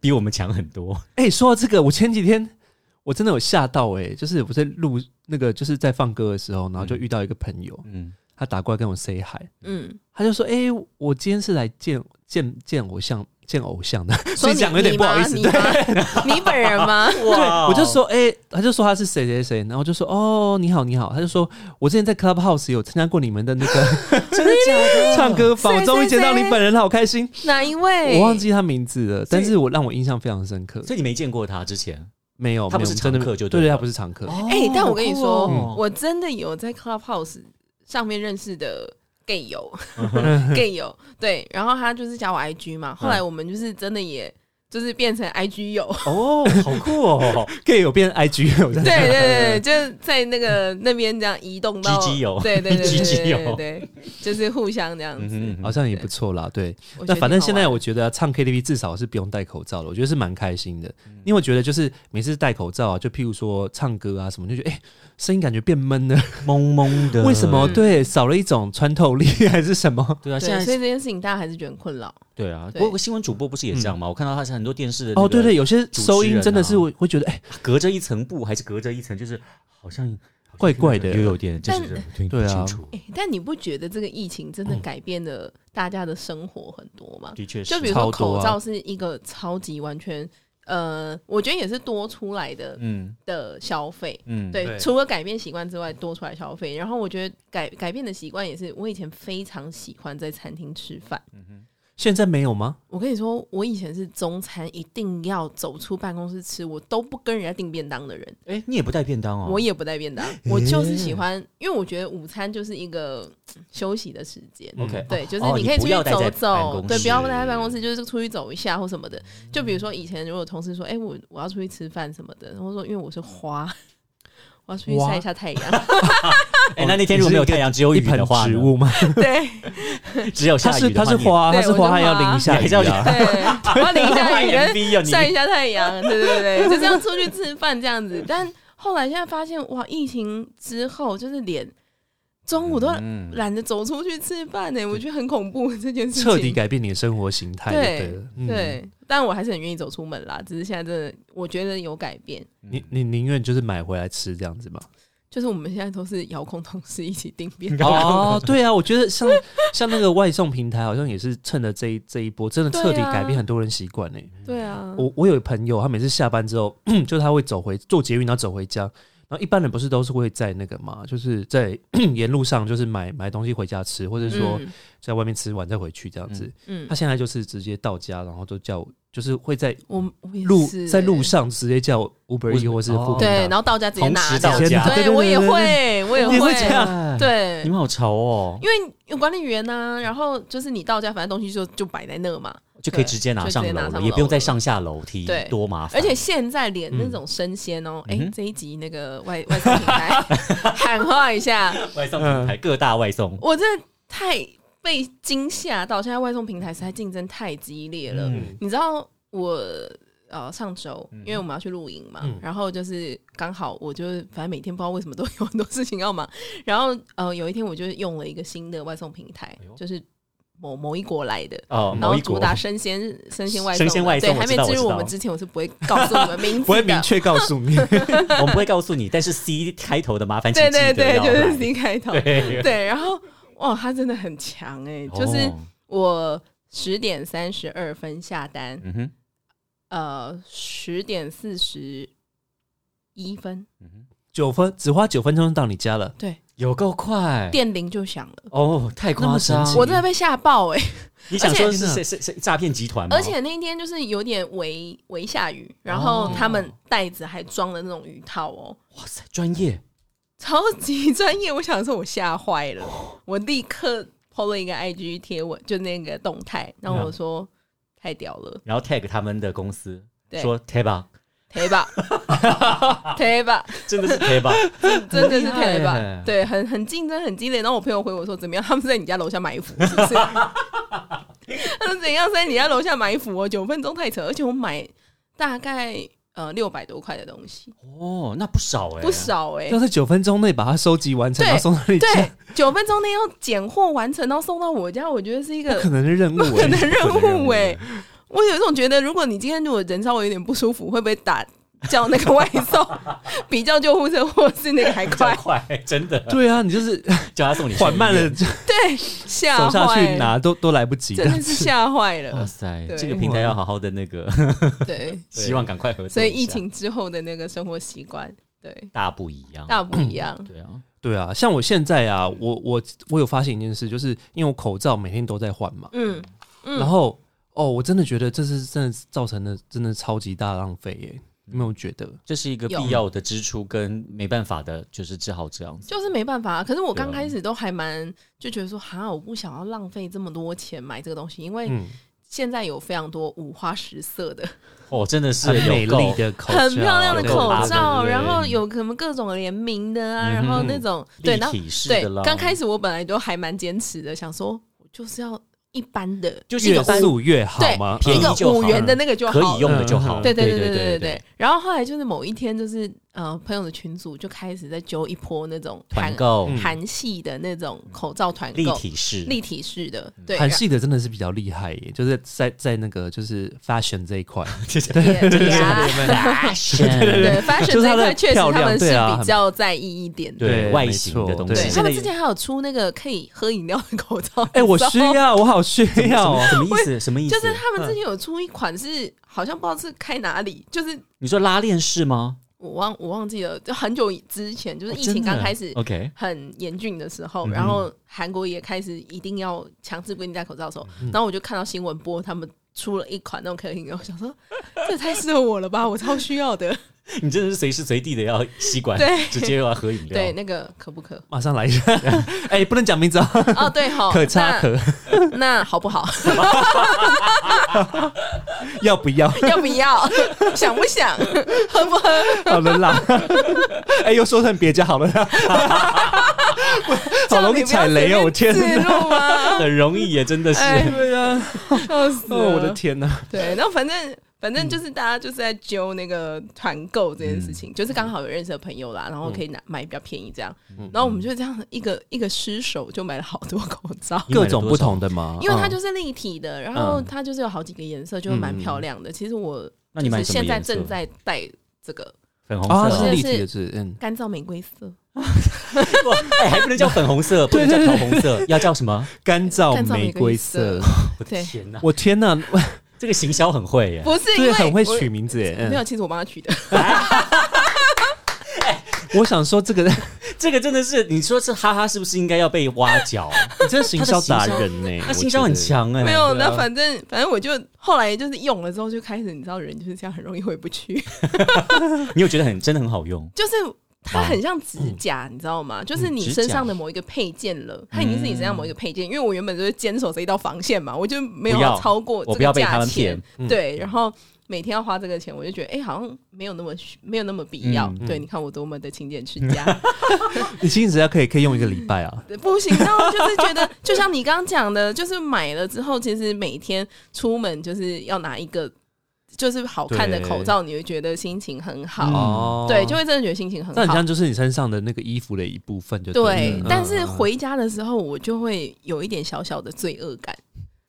Speaker 2: 比我们强很多。
Speaker 1: 哎、说到这个，我前几天我真的有吓到哎、就是我在录那个就是在放歌的时候，然后就遇到一个朋友，
Speaker 2: 嗯，
Speaker 1: 他打过来跟我 say hi，
Speaker 3: 嗯，
Speaker 1: 他就说：“哎、我今天是来见见见偶像见偶像的。”所
Speaker 3: 说
Speaker 1: 以
Speaker 3: 你
Speaker 1: 讲有点不好意思，
Speaker 3: 你
Speaker 1: 对，
Speaker 3: 吗？你吗你本人吗？
Speaker 1: 对，
Speaker 3: 哦
Speaker 1: 我就说：“哎、他就说他是谁谁谁，然后我就说：‘哦，你好，你好。’他就说：‘我之前在 Clubhouse 有参加过你们的 那个
Speaker 2: 真的假的？
Speaker 1: 唱歌房，我
Speaker 3: 谁
Speaker 1: 终于见到你
Speaker 3: 谁谁
Speaker 1: 本人了，好开心。’
Speaker 3: 哪一位？
Speaker 1: 我忘记他名字了，但是我让我印象非常深刻。
Speaker 2: 哎所以你没见过他之前，
Speaker 1: 没有，
Speaker 2: 他不
Speaker 1: 没有
Speaker 2: 是
Speaker 1: 真的
Speaker 2: 常客就
Speaker 1: 对
Speaker 2: 对了
Speaker 1: 他不是常客。
Speaker 3: 哎、但我跟你说，
Speaker 2: 哦
Speaker 3: 我真的有在 Clubhouse 上面认识的 gay 友
Speaker 2: 嗯
Speaker 3: ，gay 友对，然后他就是加我 IG
Speaker 1: 嗯
Speaker 3: 嘛，后来我们就是真的也就是变成 IG 友，
Speaker 2: 哦，好酷哦！
Speaker 1: gay 有变 IG 有在
Speaker 3: 对对对对，就是在那个那边这样移动到
Speaker 2: GG 友
Speaker 3: 对对对对
Speaker 2: GG
Speaker 3: 对
Speaker 2: 友
Speaker 3: 对对，就是互相这样子。
Speaker 2: 嗯
Speaker 1: 好
Speaker 2: 哼，
Speaker 1: 像也不错啦，对。
Speaker 3: 我觉
Speaker 1: 那
Speaker 3: 得
Speaker 1: 反正现在
Speaker 3: 挺好玩
Speaker 1: 我觉得唱 KTV 至少是不用戴口罩的，我觉得是蛮开心的。
Speaker 3: 嗯
Speaker 1: 因为我觉得就是每次戴口罩啊，就譬如说唱歌啊什么，就觉得哎、诶声音感觉变闷了，
Speaker 2: 懵懵的
Speaker 1: 为什么？
Speaker 3: 嗯
Speaker 1: 对，少了一种穿透力 还是什么？
Speaker 2: 对啊，
Speaker 3: 的
Speaker 2: 现
Speaker 3: 对，所
Speaker 2: 在
Speaker 3: 以这件事情大家还是觉得很困扰。
Speaker 2: 对嗯啊，
Speaker 3: 对
Speaker 2: 不过新闻主播不是也这样吗？我看到他是很多电视的那
Speaker 1: 哦，
Speaker 2: 个
Speaker 1: 对对，，有些
Speaker 2: 持
Speaker 1: 收音真的是
Speaker 2: 人啊
Speaker 1: 会会觉得哎、诶
Speaker 2: 隔着一层布还是隔着一层，就是好像
Speaker 1: 怪怪的
Speaker 2: 又有点就
Speaker 3: 但
Speaker 2: 是听不
Speaker 1: 对啊
Speaker 2: 清楚。
Speaker 3: 哎、但你不觉得这个疫情真的改变了大家的生活很多吗？
Speaker 2: 的确是，
Speaker 3: 就比如说
Speaker 1: 超多啊
Speaker 3: 口罩是一个超级完全，呃，我觉得也是多出来的
Speaker 2: 嗯
Speaker 3: 的消费。
Speaker 2: 嗯，
Speaker 3: 对，
Speaker 1: 对
Speaker 3: 除了改变习惯之外，多出来消费。然后我觉得改改变的习惯也是，我以前非常喜欢在餐厅吃饭。
Speaker 1: 现在没有吗？
Speaker 3: 我跟你说，我以前是中餐一定要走出办公室吃，我都不跟人家订便当的人，
Speaker 2: 哎，你也不带便当哦？
Speaker 3: 我也不带便当，我就是喜欢，因为我觉得午餐就是一个嗯休息的时间。
Speaker 2: OK，
Speaker 3: 对，就是
Speaker 2: 哦
Speaker 3: 你可以
Speaker 2: 不
Speaker 3: 出去
Speaker 2: 要待在
Speaker 3: 走
Speaker 2: 办
Speaker 3: 走，
Speaker 2: 公
Speaker 3: 对，不要待在
Speaker 2: 室
Speaker 3: 办公室，就是出去走一下或什么的。就比如说以前如果同事说，哎、我我要出去吃饭什么的，然后说因为我是花，我要出去
Speaker 1: 哇
Speaker 3: 晒一下太阳。
Speaker 2: 哎、那那天如果没有太阳，只有
Speaker 1: 一
Speaker 2: 雨的
Speaker 1: 盆
Speaker 2: 话呢，
Speaker 1: 植物吗？
Speaker 3: 对
Speaker 2: 只 有
Speaker 1: 它
Speaker 2: 下雨
Speaker 1: 是
Speaker 2: 的
Speaker 1: 它
Speaker 2: 话，
Speaker 1: 是花，啊它
Speaker 3: 对
Speaker 1: 是
Speaker 3: 我是
Speaker 1: 花，
Speaker 3: 花
Speaker 1: 要淋一下
Speaker 2: 你还
Speaker 1: 雨
Speaker 2: 是要
Speaker 1: 啊。
Speaker 3: 对，我要淋一下雨，跟
Speaker 2: 你 MV 哦，
Speaker 3: 晒一
Speaker 2: 你
Speaker 3: 下太阳，对对对，就这样出去吃饭这样子。但后来现在发现，哇，疫情之后就是连中午都
Speaker 2: 嗯
Speaker 3: 懒得走出去吃饭欸呢、我觉得很恐怖这件事情。
Speaker 1: 彻底改变你的生活形态，
Speaker 3: 对
Speaker 1: 对了嗯
Speaker 3: 对，但我还是很愿意走出门啦，只是现在真的我觉得有改变，
Speaker 1: 你你宁愿就是买回来吃这样子吗？
Speaker 3: 就是我们现在都是遥控同事一起订便当。
Speaker 1: 哦，对啊，我觉得像像那个外送平台，好像也是趁着这一这一波，真的彻底
Speaker 3: 对啊
Speaker 1: 改变很多人习惯呢。 欸
Speaker 3: 对啊，
Speaker 1: 我我有朋友，他每次下班之后， 就他会走回坐捷运，然后走回家。然后一般人不是都是会在那个嘛，就是在 沿路上就是买买东西回家吃，或者说
Speaker 3: 嗯
Speaker 1: 在外面吃完再回去这样子。
Speaker 3: 嗯
Speaker 1: 他现在就是直接到家，然后都叫，就是会在
Speaker 3: 我我也
Speaker 1: 路
Speaker 3: 是
Speaker 1: 在路
Speaker 3: 欸。
Speaker 1: 上直接叫 Uber E 或是
Speaker 2: 哦
Speaker 1: f o o
Speaker 3: 对，然后到家直接
Speaker 2: 同
Speaker 3: 拿
Speaker 2: 时
Speaker 3: 这
Speaker 2: 到
Speaker 3: 样
Speaker 1: 这样
Speaker 2: 家，
Speaker 1: 对
Speaker 3: 对
Speaker 1: 对
Speaker 3: 我
Speaker 1: 对
Speaker 3: 也
Speaker 1: 对对
Speaker 3: 会，我也
Speaker 1: 你会
Speaker 3: 会
Speaker 1: 这样
Speaker 3: 对
Speaker 2: 哎你，们好潮哦，
Speaker 3: 因为有管理员呐、然后就是你到家，反正东西就就摆在那嘛。
Speaker 1: 啊
Speaker 2: 就可以直接拿上
Speaker 3: 就直接
Speaker 2: 楼
Speaker 3: 拿
Speaker 2: 了，
Speaker 3: 上
Speaker 2: 也不用
Speaker 3: 楼
Speaker 2: 再
Speaker 3: 了
Speaker 2: 上下楼梯，
Speaker 3: 对
Speaker 2: 多麻烦。
Speaker 3: 而且现在连那种生鲜哦、哎、
Speaker 2: 嗯哼
Speaker 3: 这一集那个外 外送平 台喊话一下，
Speaker 2: 外送平台各大外送，
Speaker 3: 我真的太被惊吓到，现在外送平台实在竞争太激烈了。
Speaker 2: 嗯
Speaker 3: 你知道我呃上周，因为我们要去露营嘛，
Speaker 1: 嗯
Speaker 3: 然后就是刚好我就是反正每天不知道为什么都有很多事情要忙，然后呃有一天我就用了一个新的外送平台
Speaker 2: 哎呦，
Speaker 3: 就是某某一国来的。
Speaker 2: 哦，
Speaker 3: 然
Speaker 2: 某
Speaker 3: 后
Speaker 2: 一
Speaker 3: 主
Speaker 2: 国
Speaker 3: 打生鲜生鲜外送
Speaker 2: 生
Speaker 3: 的，
Speaker 2: 鲜外送
Speaker 3: 对，
Speaker 2: 我
Speaker 3: 还
Speaker 2: 知
Speaker 3: 没
Speaker 2: 道
Speaker 3: 进入
Speaker 2: 我知
Speaker 3: 我
Speaker 2: 道
Speaker 3: 们之前，我是不会告诉你们名
Speaker 1: 不会
Speaker 3: 字
Speaker 1: 明
Speaker 3: 的。
Speaker 1: 确告诉你，
Speaker 2: 我们不会告诉你，但是 C 开头的麻烦请
Speaker 3: 对
Speaker 2: 记得
Speaker 3: 对对，
Speaker 2: 要
Speaker 3: 就
Speaker 2: 来
Speaker 3: 是 C 开头。
Speaker 2: 对，
Speaker 3: 对，然后哇，他真的很强哎、就是
Speaker 2: 哦
Speaker 3: 我十点三十二分下单，
Speaker 2: 嗯哼，
Speaker 3: 呃，十点四十一分，
Speaker 2: 嗯哼
Speaker 1: 九分只花九分钟到你家了。
Speaker 3: 对，
Speaker 2: 有够快
Speaker 3: 电铃就响了，
Speaker 2: 哦，太
Speaker 1: 那
Speaker 2: 夸
Speaker 1: 么神
Speaker 2: 张！
Speaker 1: 奇
Speaker 3: 我真的被吓爆哎、
Speaker 2: 你想说
Speaker 1: 而且
Speaker 2: 是谁谁谁诈骗集团吗？
Speaker 3: 而且那一天就是有点微微下
Speaker 2: 哦
Speaker 3: 雨，然后他们袋子还装了那种雨套哦。
Speaker 2: 哇塞，专业
Speaker 3: 超级专业，我想说我吓坏了，
Speaker 2: 哦
Speaker 3: 我立刻 PO 了一个 IG 贴文，就那个动态，然
Speaker 2: 嗯
Speaker 3: 后我说、太屌了，
Speaker 2: 然后 tag 他们的公司
Speaker 3: 对
Speaker 2: 说 t a b a
Speaker 3: 贴吧，贴吧，
Speaker 2: 真的是 t a b a
Speaker 3: 真的是贴
Speaker 2: 很厉害
Speaker 3: 吧，对，很很竞争，很激烈。然后我朋友回我说怎么样， 他们在你家楼下埋伏，是不 是？他说怎样在你家楼下埋伏哦，九分钟太扯，而且我买大概呃六百多块的东西，
Speaker 2: 哦，那不少哎，
Speaker 3: 不少哎、
Speaker 1: 要在九分钟内把它收集完成，
Speaker 3: 对
Speaker 1: 然后送到你家，
Speaker 3: 对，九分钟内要拣货完成，然后送到我家，我觉得是一个
Speaker 1: 可能是任务、
Speaker 3: 不 可
Speaker 1: 欸
Speaker 3: 能。任务哎、
Speaker 2: 欸
Speaker 3: 我有一种觉得，如果你今天如果人稍微有点不舒服，会不会打叫那个外送， 比叫救护车或是那个还
Speaker 2: 比较
Speaker 3: 快？
Speaker 2: 快， 真的
Speaker 1: 对啊，你 就是
Speaker 2: 叫他送你去
Speaker 1: 缓慢
Speaker 2: 医
Speaker 1: 了
Speaker 2: 院。
Speaker 3: 吓
Speaker 1: 走下
Speaker 3: 坏
Speaker 1: 去
Speaker 3: 了，
Speaker 1: 拿都都来不及，
Speaker 3: 真的是吓坏
Speaker 2: 哇
Speaker 3: 了。
Speaker 2: 塞，
Speaker 3: 对
Speaker 2: 这个平台要好好的那个，嗯
Speaker 3: 对，
Speaker 2: 希望赶快合作一下。
Speaker 3: 所以疫情之后的那个生活习惯，对，
Speaker 2: 大不一样，
Speaker 3: 大不一 样。
Speaker 2: 对啊，
Speaker 1: 对啊，像我现在啊，我我我有发现一件事，就是因为我口罩每天都在换嘛，
Speaker 3: 嗯，嗯
Speaker 1: 然后哦，我真的觉得这是真的造成的真的超级大浪费耶、
Speaker 2: 嗯
Speaker 1: 你有没有觉得？
Speaker 2: 这是一个
Speaker 3: 有
Speaker 2: 必要的支出，跟没办法的，就是只好这样子。
Speaker 3: 就是没办法、啊。可是我
Speaker 2: 对啊
Speaker 3: 刚开始都还蛮就觉得说，哈，我不想要浪费这么多钱买这个东西，因为
Speaker 1: 嗯，
Speaker 3: 现在有非常多五花十色的
Speaker 2: 哦，真的是
Speaker 1: 很美
Speaker 2: 有够
Speaker 1: 丽的口罩，
Speaker 3: 很漂亮的
Speaker 2: 够
Speaker 3: 口
Speaker 2: 大的对
Speaker 3: 罩，
Speaker 2: 不对
Speaker 3: 然后有什么各种联名的
Speaker 1: 嗯
Speaker 3: 啊，
Speaker 1: 哼
Speaker 3: 然后那种对，
Speaker 2: 立
Speaker 3: 然后
Speaker 2: 体式
Speaker 3: 对
Speaker 2: 的啦。，
Speaker 3: 刚开始我本来都还蛮坚持的，想说我就是要一般的，
Speaker 2: 就是
Speaker 1: 越
Speaker 2: 一个
Speaker 1: 素越好
Speaker 3: 对
Speaker 1: 嘛，
Speaker 2: 便
Speaker 3: 一
Speaker 2: 宜
Speaker 3: 个
Speaker 2: 就好
Speaker 3: 五元的那个就好
Speaker 2: 可
Speaker 3: 了
Speaker 2: 以用的就好。
Speaker 1: 嗯
Speaker 3: 对
Speaker 2: 对
Speaker 3: 对对
Speaker 2: 对
Speaker 3: 对
Speaker 2: 对
Speaker 3: 对对。然后后来就是某一天，就是呃朋友的群组就开始在揪一波那种
Speaker 2: 团购
Speaker 1: 嗯
Speaker 3: 韩系的那种口罩团
Speaker 2: 立
Speaker 3: 购，
Speaker 2: 体式，
Speaker 3: 立体式的，对，啊
Speaker 1: 韩系的真的是比较厉害耶，就是在在那个就是 fashion 这一 块，
Speaker 3: 对
Speaker 2: 对
Speaker 3: 对
Speaker 2: 对对 fashion
Speaker 3: 对，fashion
Speaker 1: 就是
Speaker 3: 这
Speaker 1: 它
Speaker 3: 一
Speaker 1: 的
Speaker 3: 块确实
Speaker 1: 漂
Speaker 3: 他
Speaker 1: 亮
Speaker 3: 们是
Speaker 1: 对啊
Speaker 3: 比较在意一点的。
Speaker 1: 对
Speaker 2: 对外形
Speaker 1: 没
Speaker 2: 的
Speaker 1: 错
Speaker 2: 东
Speaker 1: 对
Speaker 2: 西。
Speaker 3: 对
Speaker 2: 现在
Speaker 3: 他们之前还有出那个可以喝饮料的口罩，
Speaker 1: 哎、我
Speaker 3: 你知道
Speaker 1: 需要，我好需要 哦，
Speaker 2: 什么意思？什么意思？
Speaker 3: 就是他们之前有出一款是好像不知道是开哪里，就是
Speaker 2: 你说拉链式吗？
Speaker 3: 我忘我忘记了，就很久之前，就是
Speaker 2: 哦
Speaker 3: 疫
Speaker 2: 真
Speaker 3: 情
Speaker 2: 的
Speaker 3: 刚开始
Speaker 2: OK，
Speaker 3: 很严峻的时
Speaker 1: 嗯
Speaker 3: 候，然后韩国也开始一定要强制规定戴口罩的时候，
Speaker 1: 嗯
Speaker 3: 然后我就看到 新
Speaker 1: 啊
Speaker 3: 闻播他们出了一款那种可以饮料，我想说这也太适合我了吧，我超需要的，
Speaker 2: 你真的是随时随地的要吸管，
Speaker 3: 对
Speaker 2: 直接要喝饮料。
Speaker 3: 对，那个可不可？
Speaker 1: 马上来一 下，哎、不能讲名字啊，
Speaker 3: 哦，对吼，
Speaker 1: 可差可
Speaker 3: 那那好不好？
Speaker 1: 要不要？
Speaker 3: 要不要？ 想不想？ 喝不喝？
Speaker 1: 好了 啦，哎、又说成别家好了啦，好容易踩雷哦，我天
Speaker 3: 自
Speaker 1: 哪！
Speaker 3: 路吗？
Speaker 2: 很容易耶，真的是。
Speaker 3: 哎
Speaker 1: 对呀、
Speaker 3: 笑死
Speaker 1: 哦，
Speaker 3: 了！
Speaker 1: 我的天哪、
Speaker 3: 对，然后反正反正就是大家就是在揪那个团购这件事情，就是刚好有认识的朋友啦，然后可以拿买比较便宜这样，然后我们就这样一个一个失手就买了好多口罩。
Speaker 2: 你买
Speaker 1: 各
Speaker 2: 了
Speaker 1: 种
Speaker 2: 多
Speaker 1: 不
Speaker 2: 少
Speaker 1: 同的嘛，
Speaker 3: 因为它
Speaker 1: 嗯
Speaker 3: 就是立体的，然后
Speaker 1: 嗯
Speaker 3: 它就是有好几个颜色，就蛮漂亮的。其实我
Speaker 2: 那你买
Speaker 3: 就是
Speaker 2: 什么
Speaker 3: 现在
Speaker 2: 颜色
Speaker 3: 正在戴这个
Speaker 2: 粉红
Speaker 1: 啊，
Speaker 2: 色
Speaker 1: 是
Speaker 3: 就
Speaker 2: 哦，
Speaker 1: 立体的字，嗯，
Speaker 3: 干燥玫瑰色，
Speaker 2: 哇哎，还不能叫粉红色，不能叫桃红色，要叫什么？
Speaker 1: 干燥
Speaker 3: 干燥
Speaker 1: 玫
Speaker 3: 玫
Speaker 1: 瑰
Speaker 3: 瑰
Speaker 1: 色
Speaker 3: 色。
Speaker 2: 我的
Speaker 3: 对
Speaker 2: 天哪，
Speaker 1: 我天哪，
Speaker 2: 这个行销很会耶。
Speaker 3: 不是因
Speaker 1: 这
Speaker 3: 为
Speaker 1: 个很会
Speaker 3: 我
Speaker 1: 取名字耶！
Speaker 3: 没
Speaker 1: 嗯
Speaker 3: 有，其实我帮他取的。
Speaker 1: 我想说这个，
Speaker 2: 这个真的是，你说是哈哈，是不是应该要被挖角？
Speaker 1: 你这行销达
Speaker 2: 他的
Speaker 1: 人呢？
Speaker 2: 他行销很强哎，
Speaker 3: 没有，
Speaker 2: 对啊
Speaker 3: 那反正反正我就后来就是用了之后就开始，你知道人就是这样，很容易回不去。
Speaker 2: 你有觉得很真的很好用？
Speaker 3: 就是它很像指甲，
Speaker 2: 嗯
Speaker 3: 你知道吗？就是你身上的某一个配件了，它已经是你身上某一个配件。因为我原本就是坚守这一道防线嘛，我就没有
Speaker 2: 嗯不要
Speaker 3: 超过
Speaker 2: 我
Speaker 3: 这
Speaker 2: 不要
Speaker 3: 个
Speaker 2: 被他
Speaker 3: 价
Speaker 2: 们
Speaker 3: 钱
Speaker 2: 骗。嗯
Speaker 3: 对，然后每天要花这个钱，我就觉得哎、好像没有那么需没有那么必要。
Speaker 1: 嗯
Speaker 3: 对，
Speaker 1: 嗯
Speaker 3: 你看我多么的勤俭持家。
Speaker 1: 嗯，你其实只要可以可以用一个礼拜啊，
Speaker 3: 对
Speaker 2: 嗯
Speaker 3: 不行，然后就是觉得，就像你刚刚讲的，就是买了之后，其实每天出门就是要拿一个就是好看的
Speaker 1: 对
Speaker 3: 口罩，你会觉得心情很好。
Speaker 2: 嗯
Speaker 1: 哦，
Speaker 3: 嗯对，就会真的觉得心情很
Speaker 1: 那很
Speaker 3: 好。
Speaker 1: 像就是你身上的那个衣服的一部分就
Speaker 3: 对，
Speaker 1: 了嗯
Speaker 3: 但是回家的时候，我就会有一点小小的罪恶感。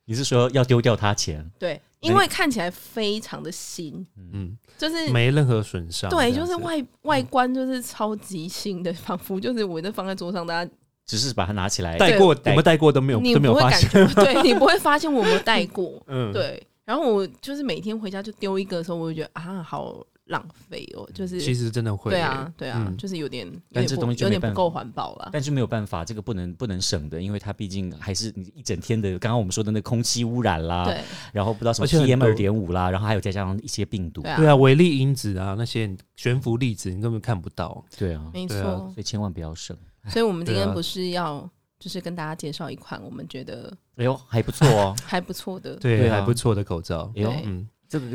Speaker 2: 你是说要丢掉他钱？
Speaker 3: 对，因为看起来非常的新，
Speaker 1: 嗯，
Speaker 3: 就是
Speaker 1: 嗯没任何损伤，
Speaker 3: 对，
Speaker 1: 这
Speaker 3: 就
Speaker 1: 样
Speaker 3: 是
Speaker 1: 子
Speaker 3: 外外观就是超级新的， 仿佛就是我那放在桌上，大家
Speaker 2: 只是把它拿起来，
Speaker 1: 带过有没有带过都没有
Speaker 3: 你
Speaker 1: 都没有
Speaker 3: 不会
Speaker 1: 发
Speaker 3: 感
Speaker 1: 现，
Speaker 3: 觉，对你不会发现我 有没有戴过。
Speaker 1: 嗯，
Speaker 3: 对，然后我就是每天回家就丢一个的时候，我就觉得啊，好浪费哦，就是
Speaker 1: 其实真的会，
Speaker 3: 对啊，对啊，
Speaker 1: 嗯
Speaker 3: 就是有点有
Speaker 2: 但
Speaker 3: 点
Speaker 2: 这
Speaker 3: 不
Speaker 2: 东西就
Speaker 3: 有
Speaker 2: 没
Speaker 3: 点不
Speaker 2: 办
Speaker 3: 够环保了。
Speaker 2: 但是没有办法，这个不能不能省的，因为它毕竟还是你一整天的，刚刚我们说的那空气污染
Speaker 1: 啊
Speaker 2: 啦，
Speaker 3: 对
Speaker 2: 然后不知道什么
Speaker 1: 而且很
Speaker 2: PM
Speaker 1: 多
Speaker 2: 二点五啦，然后还有再加上一些病毒，
Speaker 3: 对啊
Speaker 1: 对啊，微粒因子啊那些悬浮粒子你根本看不到，
Speaker 2: 对啊，
Speaker 3: 没
Speaker 1: 对
Speaker 3: 错
Speaker 1: 啊。
Speaker 2: 所以千万不要省。
Speaker 3: 所以我们今
Speaker 1: 对
Speaker 3: 天
Speaker 1: 啊
Speaker 3: 不是要就是跟大家介绍一款我们觉得
Speaker 2: 哎呦，还不错哦，
Speaker 3: 还不错的，
Speaker 1: 对，
Speaker 2: 对啊
Speaker 1: 还不错的口罩，
Speaker 2: 哎呦，
Speaker 3: 对
Speaker 1: 嗯，
Speaker 2: 这个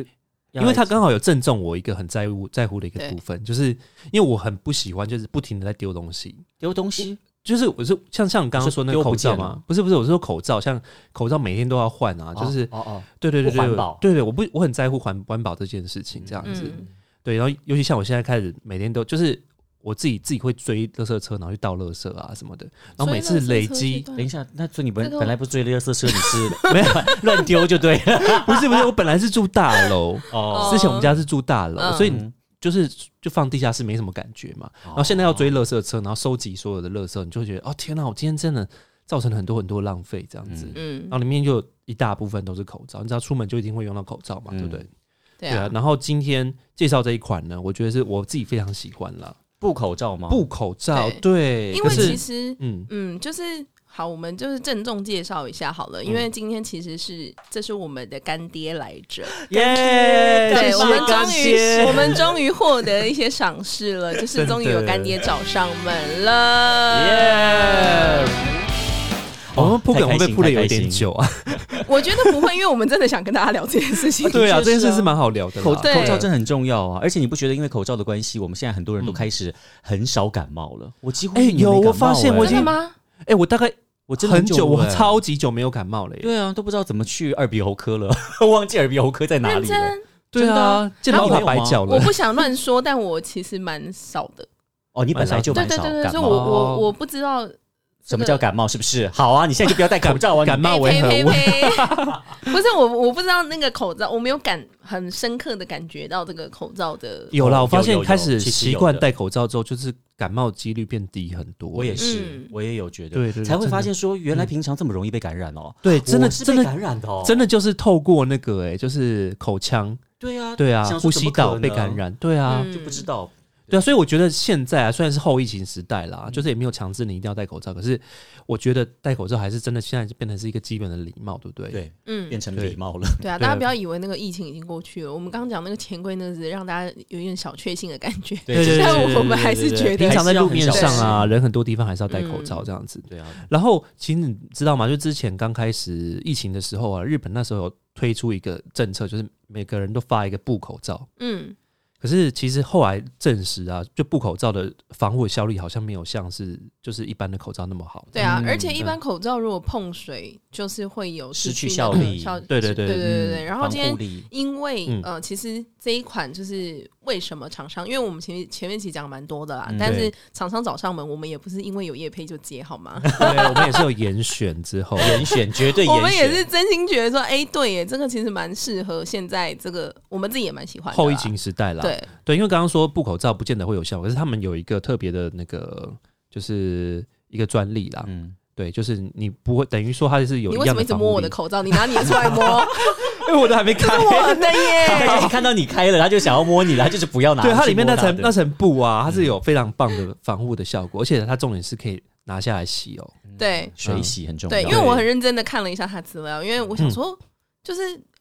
Speaker 1: 因为它刚好有正中我一个很在乎在乎的一个
Speaker 3: 对
Speaker 1: 部分，就是因为我很不喜欢就是不停的在丢东西，
Speaker 2: 丢东西，
Speaker 1: 就是我是像像刚刚说那个
Speaker 2: 丢
Speaker 1: 口
Speaker 2: 不见
Speaker 1: 罩嘛
Speaker 2: 了，
Speaker 1: 不是不是，我是说口罩，像口罩每天都要换啊，就是、
Speaker 2: 哦哦，
Speaker 1: 对对对
Speaker 2: 不
Speaker 1: 对
Speaker 2: 环
Speaker 1: 对
Speaker 2: 保
Speaker 1: 对对，我不我很在乎环环保这件事情，这样子、
Speaker 3: 嗯，
Speaker 1: 对，然后尤其像我现在开始每天都就是我自己自己会追垃圾车，然后去倒垃圾啊什么的，然后每次累积
Speaker 2: 等一下，那所以你本
Speaker 3: 这个
Speaker 2: 本来不是追垃圾车，你是没有乱丢就对了
Speaker 1: 不是不是，我本来是住大楼，
Speaker 2: 哦。
Speaker 1: 之前我们家是住大楼，
Speaker 3: 嗯
Speaker 1: 所以你就是就放地下室没什么感觉嘛，然后现在要
Speaker 2: 哦
Speaker 1: 追垃圾车，然后收集所有的垃圾，你就会觉得哦天哪，我今天真的造成了很多很多浪费这样子。
Speaker 2: 嗯
Speaker 3: 嗯
Speaker 1: 然，后里面就有一大部分都是口罩，你知道出门就一定会用到口罩嘛，
Speaker 2: 嗯
Speaker 1: 对不对？
Speaker 3: 对啊，
Speaker 1: 然后今天介绍这一款呢，我觉得是我自己非常喜欢啦，
Speaker 2: 布口罩吗？
Speaker 1: 布口罩，对，
Speaker 3: 对因
Speaker 1: 可
Speaker 3: 为
Speaker 1: 是
Speaker 3: 其实
Speaker 1: 嗯，
Speaker 3: 嗯，就是好，我们就是郑重介绍一下好了，
Speaker 1: 嗯
Speaker 3: 因为今天其实是这是我们的干爹来着，
Speaker 1: 耶，哎谢
Speaker 3: 对，我们
Speaker 1: 谢干
Speaker 3: 终于，我
Speaker 1: 爹，
Speaker 3: 们终于获得一些赏识 了，就是终于有干爹找上门
Speaker 2: 呃
Speaker 3: 了。
Speaker 1: 耶。哦我们铺梗会不会铺的有一点久啊？。
Speaker 3: 我觉得不会，因为我们真的想跟大家聊这件事情
Speaker 1: 对啊，
Speaker 2: 的确是
Speaker 1: 这件
Speaker 2: 啊
Speaker 1: 事是蛮好聊的啦。
Speaker 2: 口口
Speaker 3: 对
Speaker 2: 罩真的很重要啊，而且你不觉得因为口罩的关系，我们现在很多人都开始很少感冒了？我几
Speaker 1: 嗯
Speaker 2: 乎
Speaker 1: 哎
Speaker 2: 一年
Speaker 1: 有
Speaker 2: 没感
Speaker 1: 我发
Speaker 2: 冒
Speaker 1: 现
Speaker 2: 哎
Speaker 1: 我已
Speaker 3: 真的
Speaker 1: 经
Speaker 3: 吗？
Speaker 1: 哎，我大概
Speaker 2: 我真的
Speaker 1: 很久，我
Speaker 2: 哎
Speaker 1: 超级久没有感冒了耶。
Speaker 2: 对啊，都不知道怎么去耳鼻喉科了， 忘记耳鼻喉科在哪
Speaker 3: 认
Speaker 2: 里了。
Speaker 3: 真，
Speaker 1: 对啊，健
Speaker 2: 的啊
Speaker 1: 保卡白缴
Speaker 3: 我
Speaker 1: 了。
Speaker 3: 不想乱说，但我其实蛮少 的。
Speaker 2: 哦，你本来就
Speaker 3: 对
Speaker 2: 蛮
Speaker 3: 对
Speaker 2: 少
Speaker 3: 对对，
Speaker 2: 感
Speaker 3: 所以我
Speaker 2: 冒，
Speaker 3: 我我不知道
Speaker 2: 什么叫感冒？是不是？好啊，你现在就不要戴口罩啊！
Speaker 1: 感
Speaker 2: 你
Speaker 1: 冒
Speaker 3: 呸
Speaker 1: 我也
Speaker 3: 呸
Speaker 1: 很
Speaker 3: 呸呸！ 不是我，我不知道那个口罩，我没有感很深刻的感觉到这个口罩的。
Speaker 1: 有啦，我发
Speaker 2: 有
Speaker 1: 现
Speaker 2: 有有
Speaker 1: 开始
Speaker 2: 其实
Speaker 1: 习
Speaker 2: 有
Speaker 1: 惯
Speaker 2: 的
Speaker 1: 戴口罩之后，就是感冒几率变低很多。
Speaker 2: 我也是
Speaker 3: 嗯，
Speaker 2: 我也有觉得，
Speaker 1: 对对，
Speaker 2: 才
Speaker 1: 真
Speaker 2: 会
Speaker 1: 的
Speaker 2: 发现说原来
Speaker 1: 嗯
Speaker 2: 平常这么容易被感染哦。
Speaker 1: 对，真的
Speaker 2: 我是
Speaker 1: 真
Speaker 2: 被
Speaker 1: 的
Speaker 2: 感染的哦，
Speaker 1: 真的就是透过那个哎、就是口腔，
Speaker 2: 对啊，
Speaker 1: 对啊
Speaker 2: 想，说
Speaker 1: 呼
Speaker 2: 怎
Speaker 1: 吸
Speaker 2: 么可
Speaker 1: 道被
Speaker 2: 能
Speaker 1: 感染，对啊，
Speaker 3: 嗯
Speaker 2: 就不知道
Speaker 1: 对啊，所以我觉得现在啊，虽然是后疫情时代啦，就是也没有强制你一定要戴口罩，可是我觉得戴口罩还是真的现在变成是一个基本的礼貌，对不对？，
Speaker 2: 对，
Speaker 3: 嗯，
Speaker 2: 变成
Speaker 1: 对
Speaker 2: 礼貌了。
Speaker 3: 对
Speaker 1: 对
Speaker 3: 啊，
Speaker 1: 啊
Speaker 3: 大家不要以为那个疫情已经过去了。我们刚刚讲那个钱柜，那个是让大家有一点小确幸的感觉。
Speaker 1: 对对对
Speaker 3: 但
Speaker 1: 对对
Speaker 3: 我们还是觉
Speaker 1: 平
Speaker 3: 得，
Speaker 1: 常在路面上
Speaker 3: 还是要
Speaker 1: 啊，人很多地方还是要戴口罩这样子。
Speaker 2: 对啊，
Speaker 1: 然后，其实你知道吗？就之前刚开始疫情的时候啊，日本那时候有推出一个政策，就是每个人都发一个布口罩。
Speaker 3: 嗯，
Speaker 1: 可是其实后来证实啊，就布口罩的防护效力好像没有像是就是一般的口罩那么好。
Speaker 3: 对啊
Speaker 2: 嗯。
Speaker 3: 而且一般口罩如果碰水，就是会有
Speaker 2: 失去
Speaker 3: 去
Speaker 2: 效
Speaker 3: 那个
Speaker 2: 力
Speaker 3: 效
Speaker 1: 对对对
Speaker 3: 对对对对。
Speaker 1: 嗯
Speaker 3: 然后今天
Speaker 2: 防护力
Speaker 3: 因为、
Speaker 1: 嗯
Speaker 3: 呃，其实这一款就是为什么厂商，因为我们前面前面其实讲蛮多的啦，
Speaker 2: 嗯
Speaker 3: 但
Speaker 1: 对
Speaker 3: 是厂商找上门，我们也不是因为有业配就接好 吗？
Speaker 1: 对，我们也是有严选之后，
Speaker 2: 严选绝对严选，
Speaker 3: 我们也是真心觉得说，哎、对耶，这个其实蛮适合现在这个，我们自己也蛮喜欢的啦
Speaker 1: 后疫情时代啦。
Speaker 3: 对，
Speaker 1: 对因为刚刚说布口罩不见得会有效，可是他们有一个特别的那个，就是一个专利啦。
Speaker 2: 嗯，
Speaker 1: 对，就是你不会等于说它是有
Speaker 3: 你
Speaker 1: 一
Speaker 3: 为什
Speaker 1: 样
Speaker 3: 么
Speaker 1: 的
Speaker 3: 一直
Speaker 1: 防
Speaker 3: 摸
Speaker 1: 护
Speaker 3: 我
Speaker 1: 力
Speaker 3: 的。口罩？你拿你的出来 摸，
Speaker 1: 因为我的还没 开。
Speaker 3: 我的
Speaker 2: 他已
Speaker 3: 耶！
Speaker 2: 经看到你开了，他就想要摸你了，他就是不要拿。
Speaker 1: 对，它
Speaker 2: 去
Speaker 1: 里面
Speaker 2: 摸
Speaker 1: 那
Speaker 2: 他
Speaker 1: 层
Speaker 2: 的
Speaker 1: 那层布啊，它是有非常棒的防护的效果，而且它重点是可以拿下来洗哦。
Speaker 3: 对
Speaker 2: 水洗很重要。
Speaker 3: 对，因为我很认真的看了一下他资料，因为我想说，
Speaker 1: 嗯
Speaker 3: 就是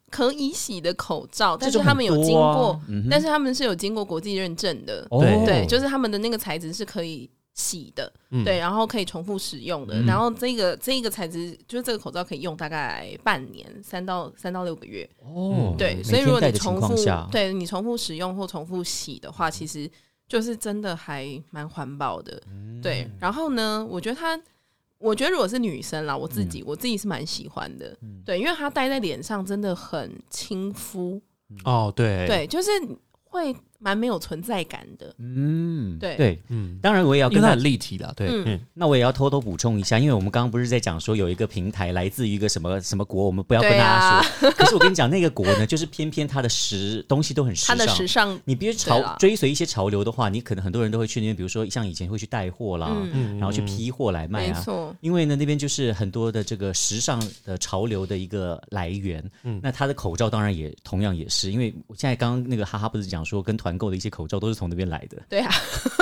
Speaker 3: 可以洗的口罩，但
Speaker 2: 这
Speaker 3: 是
Speaker 2: 种
Speaker 3: 他们有经
Speaker 1: 啊
Speaker 3: 过，，
Speaker 2: 嗯哼
Speaker 3: 但是他们是有经过国际认证的，
Speaker 2: 哦
Speaker 1: 对
Speaker 3: 对，就是他们的那个材质是可以洗的，
Speaker 1: 嗯，
Speaker 3: 对，，然后可以重复使用的，
Speaker 2: 嗯
Speaker 3: 然后这个这一个材质就是这个口罩可以用大概半年，三到三到六个月，
Speaker 2: 哦
Speaker 3: 对，
Speaker 1: 嗯
Speaker 2: 每
Speaker 3: 所以
Speaker 2: 天
Speaker 3: 如果
Speaker 2: 戴
Speaker 3: 你
Speaker 2: 的情
Speaker 3: 重
Speaker 2: 况
Speaker 3: 复
Speaker 2: 下，
Speaker 3: 对你重复使用或重复洗的话，其实就是真的还蛮环保的。
Speaker 2: 嗯
Speaker 3: 对，然后呢，我觉得它，我觉得如果是女生啦，我自
Speaker 2: 嗯
Speaker 3: 己、我自己是蛮喜欢的，对，因为它戴在脸上真的很亲肤，
Speaker 1: 哦，对，，
Speaker 3: 对，就是会蛮没有存在感的。
Speaker 2: 嗯，
Speaker 3: 对
Speaker 2: 对，
Speaker 1: 嗯，
Speaker 2: 当然我也要
Speaker 1: 因为
Speaker 2: 跟
Speaker 1: 它
Speaker 2: 他
Speaker 1: 很立体啦，对，
Speaker 3: 嗯
Speaker 1: 嗯，
Speaker 2: 那我也要偷偷补充一下，因为我们刚刚不是在讲说有一个平台来自于一个什么什么国，我们不要跟大家说。
Speaker 3: 啊
Speaker 2: 可是我跟你讲，那个国呢，就是偏偏它的时东西都很时
Speaker 3: 它
Speaker 2: 尚。
Speaker 3: 的时尚，
Speaker 2: 你必须
Speaker 3: 对
Speaker 2: 潮
Speaker 3: 啊啦
Speaker 2: 追随一些潮流的话，你可能很多人都会去那边，比如说像以前会去带货啦，
Speaker 3: 嗯，
Speaker 1: 嗯
Speaker 2: 然后去批货来卖
Speaker 3: 没
Speaker 2: 啊。
Speaker 3: 错，
Speaker 2: 因为呢，那边就是很多的这个时尚的潮流的一个来源。
Speaker 1: 嗯
Speaker 2: 那他的口罩当然也同样也是，因为我现在刚刚那个哈哈不是讲说跟团购的一些口罩都是从那边来的，
Speaker 3: 对啊，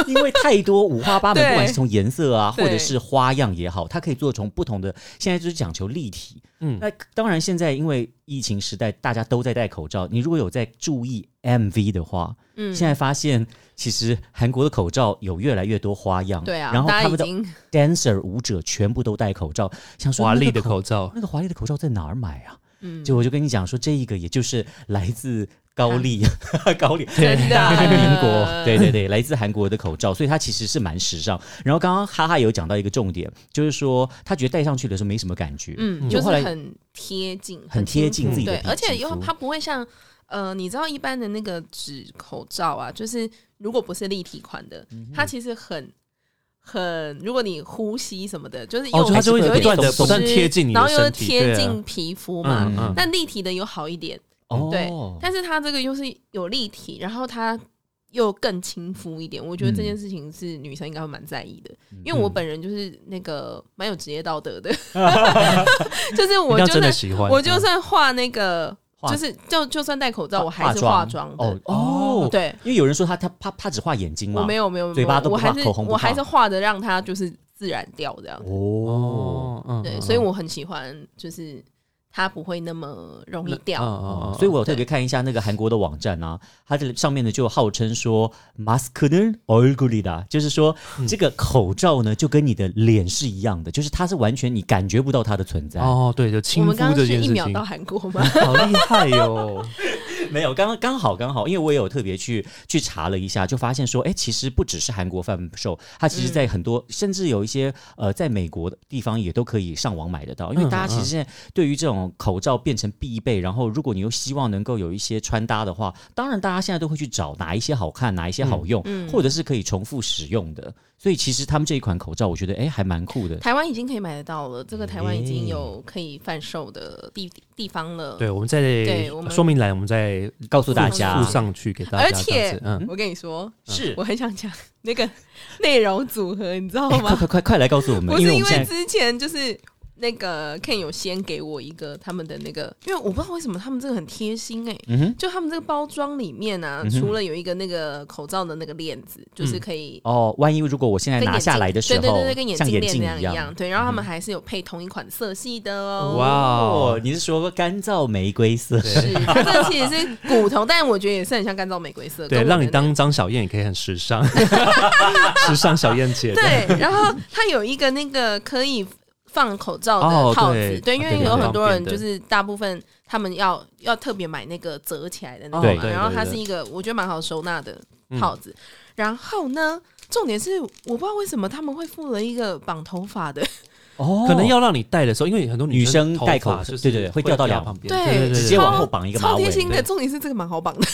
Speaker 2: 因为太多五花八门，
Speaker 3: 对
Speaker 2: 不管是从颜色啊，或
Speaker 3: 对
Speaker 2: 者是花样也好，它可以做从不同的。现在就是讲求立体。
Speaker 1: 嗯
Speaker 2: 那当然，现在因为疫情时代，大家都在戴口罩。你如果有在注意 MV 的话，
Speaker 3: 嗯，
Speaker 2: 现在发现其实韩国的口罩有越来越多花样。
Speaker 3: 对啊，
Speaker 2: 然后他
Speaker 3: 大家已
Speaker 2: 们的
Speaker 3: 经
Speaker 2: dancer 舞者全部都戴口罩，想
Speaker 1: 嗯
Speaker 2: 说
Speaker 1: 华
Speaker 2: 那个
Speaker 1: 丽的口罩，
Speaker 2: 那个华丽的口罩在哪儿买啊？
Speaker 3: 嗯
Speaker 2: 就我就跟你讲说，这一个也就是来自高丽， 高丽
Speaker 3: 真的
Speaker 2: 韩民国，对对对，来自韩国的口罩，所以它其实是蛮时尚。然后刚刚哈哈有讲到一个重点，就是说他觉得戴上去的时候没什么感觉，
Speaker 3: 嗯，
Speaker 2: 就
Speaker 3: 就是
Speaker 2: 后来
Speaker 3: 很贴近，
Speaker 2: 很贴近
Speaker 3: 肤
Speaker 2: 自己的
Speaker 3: 对
Speaker 2: 皮，
Speaker 3: 而且
Speaker 2: 肌
Speaker 3: 以后
Speaker 2: 肤
Speaker 3: 它不会像呃，你知道一般的那个纸口罩啊，就是如果不是立体款的，
Speaker 2: 嗯
Speaker 3: 它其实很。很，如果你呼吸什么的，就是又
Speaker 1: 哦，就它就会
Speaker 2: 还是
Speaker 3: 有
Speaker 1: 不
Speaker 2: 会
Speaker 3: 一点
Speaker 1: 断的
Speaker 2: 松
Speaker 1: 不断
Speaker 3: 湿
Speaker 1: 贴近你
Speaker 3: 然
Speaker 1: 的
Speaker 3: 后又
Speaker 1: 身体，
Speaker 3: 贴
Speaker 1: 对
Speaker 3: 近
Speaker 1: 啊，
Speaker 3: 皮肤嘛。
Speaker 1: 嗯嗯
Speaker 3: 但立体的有好一点，
Speaker 2: 哦，
Speaker 3: 对但是它这个又是有立体，然后它又更亲肤一点。我觉得
Speaker 1: 嗯
Speaker 3: 这件事情是女生应该会蛮在意的，因为我本人就是那个蛮有职业 道德的，就是我
Speaker 1: 要
Speaker 3: 就
Speaker 1: 真的
Speaker 3: 算
Speaker 1: 喜欢，嗯
Speaker 3: 我就算化那个，
Speaker 2: 化
Speaker 3: 就是就就算戴口罩，
Speaker 2: 化
Speaker 3: 我还是化
Speaker 2: 化
Speaker 3: 妆的
Speaker 2: 哦。哦，，
Speaker 3: 对，
Speaker 2: 因为有人说他他他他只画眼睛嘛，
Speaker 3: 我没有没有没有
Speaker 2: 嘴巴都不
Speaker 3: 我还
Speaker 2: 画
Speaker 3: 是
Speaker 2: 口红不
Speaker 3: 我还
Speaker 2: 画
Speaker 3: 是化的，让它就是自然掉这样。
Speaker 2: 哦。
Speaker 1: 哦，嗯
Speaker 3: 对，
Speaker 1: 嗯
Speaker 3: 所以我很喜欢，就是它不会那么容易掉。
Speaker 1: 嗯嗯嗯
Speaker 2: 所以我有特别看一下那个韩国的网站啊，它这上面呢就号称说 “mask는 얼굴이다”，就是说这个口罩呢就跟你的脸是一样的，就是它是完全你感觉不到它的存在。
Speaker 1: 哦，对，就
Speaker 3: 我
Speaker 1: 亲
Speaker 3: 们刚
Speaker 1: 肤
Speaker 3: 刚
Speaker 1: 这
Speaker 3: 是
Speaker 1: 件
Speaker 3: 一
Speaker 1: 事
Speaker 3: 秒
Speaker 1: 情
Speaker 3: 到，韩国吗？
Speaker 1: 好厉害哟，
Speaker 2: 没有，刚刚刚好刚好，因为我也有特别去去查了一下，就发现说，哎，其实不只是韩国贩售，它其实
Speaker 3: 嗯
Speaker 2: 在很多、甚至有一些呃，在美国的地方也都可以上网买得到，因为
Speaker 1: 嗯
Speaker 2: 大家其
Speaker 1: 嗯
Speaker 2: 实现在对于这种口罩变成必备，然后如果你又希望能够有一些穿搭的话，当然大家现在都会去找哪一些好看，哪一些好用，
Speaker 3: 嗯嗯
Speaker 2: 或者是可以重复使用的，所以其实他们这一款口罩，我觉得哎还蛮酷的。
Speaker 3: 台湾已经可以买得到了，
Speaker 2: 嗯
Speaker 3: 这个台湾已经有可以贩售的地地方了。
Speaker 1: 对，我们在
Speaker 3: 对我们
Speaker 1: 说明栏，我们再
Speaker 2: 嗯告诉大
Speaker 1: 附
Speaker 2: 家
Speaker 1: 附上去给大家
Speaker 3: 而
Speaker 1: 这样子，
Speaker 3: 且
Speaker 1: 嗯，
Speaker 3: 我跟你说，
Speaker 2: 是
Speaker 3: 我很想讲那个内容组合，你知道
Speaker 2: 哎快
Speaker 3: 吗？
Speaker 2: 快快快来告诉我们，
Speaker 3: 不
Speaker 2: 因为
Speaker 3: 是
Speaker 2: 我
Speaker 3: 因
Speaker 2: 们现
Speaker 3: 为
Speaker 2: 在
Speaker 3: 之前就是。那个 Ken 有先给我一个他们的那个，因为我不知道为什么他们这个很贴心哎、
Speaker 2: 嗯哼，
Speaker 3: 就他们这个包装里面啊，
Speaker 2: 嗯哼
Speaker 3: 除了有一个那个口罩的那个链子，就是可以
Speaker 2: 哦，万一如果我现在
Speaker 3: 跟眼
Speaker 2: 拿下
Speaker 3: 镜
Speaker 2: 来的时候，
Speaker 3: 对对对对，跟眼
Speaker 2: 像
Speaker 3: 镜
Speaker 2: 眼
Speaker 3: 链
Speaker 2: 镜
Speaker 3: 那样
Speaker 2: 一嗯
Speaker 3: 一样。对，然后他们还是有配同一款色系的哦。
Speaker 1: 哇
Speaker 2: 哦，你是说干燥玫瑰色？
Speaker 1: 对
Speaker 3: 是，它这其实是骨头，但我觉得也是很像干燥玫瑰色。跟
Speaker 1: 对，
Speaker 3: 我
Speaker 1: 让你
Speaker 3: 的那个
Speaker 1: 当张小燕也可以很时尚， 时尚小燕姐。
Speaker 3: 对，然后它有一个那个可以放口罩
Speaker 1: 哦
Speaker 3: 的套
Speaker 1: 对
Speaker 3: 子，对，因
Speaker 1: 对
Speaker 3: 为
Speaker 1: 对
Speaker 3: 有
Speaker 1: 对
Speaker 3: 很多人
Speaker 1: 方便的
Speaker 3: 就是大部分他们要要特别买那个折起来的那
Speaker 1: 哦
Speaker 3: 个
Speaker 2: 对
Speaker 3: 嘛，
Speaker 1: 对
Speaker 3: 然后
Speaker 1: 对
Speaker 3: 它
Speaker 1: 对
Speaker 3: 是一个我觉得蛮好收纳的
Speaker 1: 嗯
Speaker 3: 套子。然后呢，重点是我不知道为什么他们会附了一个绑头发的，
Speaker 2: 哦，
Speaker 1: 可能要让你戴的时候，因为很多
Speaker 2: 女生
Speaker 1: 头
Speaker 2: 戴
Speaker 1: 发
Speaker 2: 口
Speaker 1: 就是
Speaker 2: 对对对会掉到两
Speaker 1: 旁边，
Speaker 3: 对
Speaker 1: 对对，
Speaker 2: 直
Speaker 1: 对
Speaker 2: 接
Speaker 1: 对
Speaker 2: 往后绑一个马
Speaker 3: 超
Speaker 2: 尾
Speaker 3: 贴。心的。
Speaker 1: 对
Speaker 3: 重点是这个蛮好绑 的，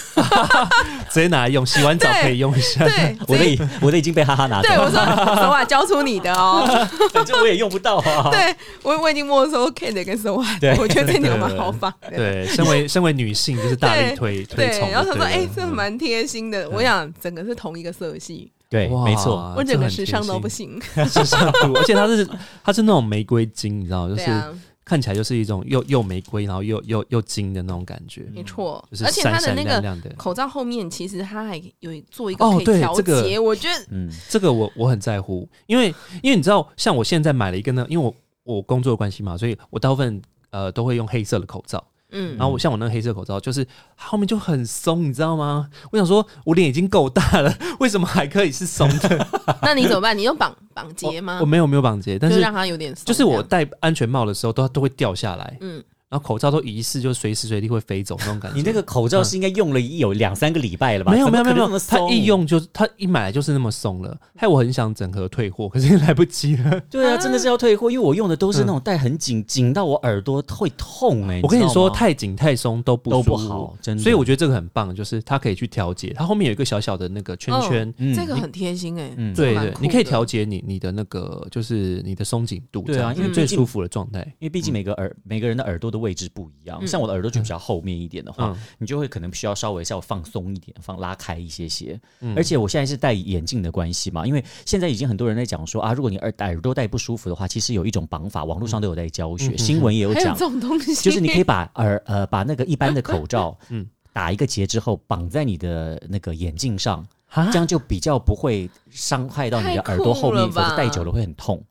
Speaker 1: 直接拿来用，洗完澡
Speaker 3: 对
Speaker 1: 哦可以用一下。
Speaker 3: 对，
Speaker 2: 我
Speaker 3: 所
Speaker 2: 的
Speaker 3: 以
Speaker 2: 已我的已经被哈哈拿走
Speaker 3: 对
Speaker 2: 了，
Speaker 3: 我说手腕交出你的哦，
Speaker 2: 反正我也用不到 啊。
Speaker 3: 对我我已经没收 K 的跟手腕
Speaker 2: 对，
Speaker 3: 我觉得这条
Speaker 1: 对
Speaker 3: 蛮好绑的。
Speaker 1: 对，身为身为女性，就是大力
Speaker 3: 对
Speaker 1: 推推
Speaker 3: 对
Speaker 1: 崇的。，嗯
Speaker 3: 然后他说：“
Speaker 1: 对
Speaker 3: 哎、
Speaker 1: 对
Speaker 3: 这
Speaker 1: 对
Speaker 3: 蛮贴心的。”我想整个是同一个色系，
Speaker 2: 对，
Speaker 1: 哇
Speaker 2: 没错，
Speaker 3: 我整
Speaker 1: 这
Speaker 3: 个
Speaker 1: 很
Speaker 3: 时
Speaker 1: 贴
Speaker 3: 尚都不
Speaker 1: 心，
Speaker 3: 行。
Speaker 1: 时尚度，而且它是它是那种玫瑰金，你知道，就
Speaker 3: 对
Speaker 1: 是嗯
Speaker 3: 啊，
Speaker 1: 看起来就是一种又又玫瑰，然后又又又金的那种感觉，
Speaker 3: 没错
Speaker 1: 就。是
Speaker 3: 嗯而且它
Speaker 1: 闪闪
Speaker 3: 的那
Speaker 1: 亮
Speaker 3: 个
Speaker 1: 亮的。
Speaker 3: 口罩后面其实它还有做一个
Speaker 1: 哦
Speaker 3: 可以
Speaker 1: 对
Speaker 3: 调节，
Speaker 1: 这个
Speaker 3: 我觉得
Speaker 2: 嗯，
Speaker 1: 这个我我很在乎，因为因为你知道，像我现在买了一个呢，因为我我工作的关系嘛，所以我大部分呃都会用黑色的口罩。
Speaker 3: 嗯
Speaker 1: 然后我像我那个黑色口罩，就是啊后面就很松，你知道吗？我想说，我脸已经够大了，为什么还可以是松的？
Speaker 3: 那你怎么办？你用绑绑结吗
Speaker 1: 我？没有没有绑结，啊哦但
Speaker 3: 就是让它有点松
Speaker 1: 就是我
Speaker 3: 这样
Speaker 1: 戴安全帽的时候都都会掉下来，
Speaker 3: 嗯，
Speaker 1: 然后口罩都疑似就随时随地会飞走那种感觉。
Speaker 2: 你那个口罩是应该用了有两三个礼拜了吧？
Speaker 1: 没有
Speaker 2: 怎
Speaker 1: 没
Speaker 2: 么
Speaker 1: 有没
Speaker 2: 可
Speaker 1: 有
Speaker 2: 能
Speaker 1: 没
Speaker 2: 那
Speaker 1: 有，
Speaker 2: 么
Speaker 1: 它
Speaker 2: 松
Speaker 1: 一用就它一买来就是那么松了，害我很想整盒退货，可是来不及 了。
Speaker 2: 对啊，
Speaker 3: 啊
Speaker 2: 真的是要退货，因为我用的都是那种戴很紧，紧到我耳朵会痛哎。
Speaker 1: 我跟你
Speaker 2: 知道
Speaker 1: 说，
Speaker 2: 吗
Speaker 1: 太紧太松都不
Speaker 2: 都不
Speaker 1: 舒服
Speaker 2: 好真的
Speaker 1: 所以我觉得这个很棒，就是它可以去调节，它后面有一个小小的那个圈圈。
Speaker 2: 嗯
Speaker 3: 这个很贴心哎、
Speaker 2: 嗯
Speaker 3: 这
Speaker 1: 对
Speaker 3: 个蛮
Speaker 1: 对，
Speaker 3: 酷
Speaker 1: 你可以
Speaker 3: 的
Speaker 1: 调节你你的那个，就是你的松紧度，
Speaker 2: 对啊
Speaker 1: 这样子
Speaker 2: 因为
Speaker 1: 最
Speaker 2: 最近
Speaker 1: 舒服的状态。
Speaker 2: 因为毕竟每个耳、每个人的耳朵的位置不一样，
Speaker 3: 嗯
Speaker 2: 像我的耳朵就比较后面一点的 话，
Speaker 1: 嗯
Speaker 2: 你就会可能需要稍微稍微放松一点，放拉开一些些。
Speaker 1: 嗯
Speaker 2: 而且我现在是戴眼镜的关系嘛，因为现在已经很多人在讲说啊，如果你耳耳朵戴不舒服的话，其实有一种绑法，网络上都有在教学，
Speaker 1: 嗯
Speaker 2: 新闻也有
Speaker 3: 还有
Speaker 2: 讲
Speaker 3: 这，种东西，
Speaker 2: 就是你可以把耳呃把那个一般的口罩，
Speaker 1: 嗯
Speaker 2: 打一个结之后绑在你的那个眼镜上，
Speaker 1: 啊
Speaker 2: 这样就比较不会伤害到你的耳朵后面，
Speaker 3: 太酷了
Speaker 2: 否
Speaker 3: 吧
Speaker 2: 则戴久了会很痛。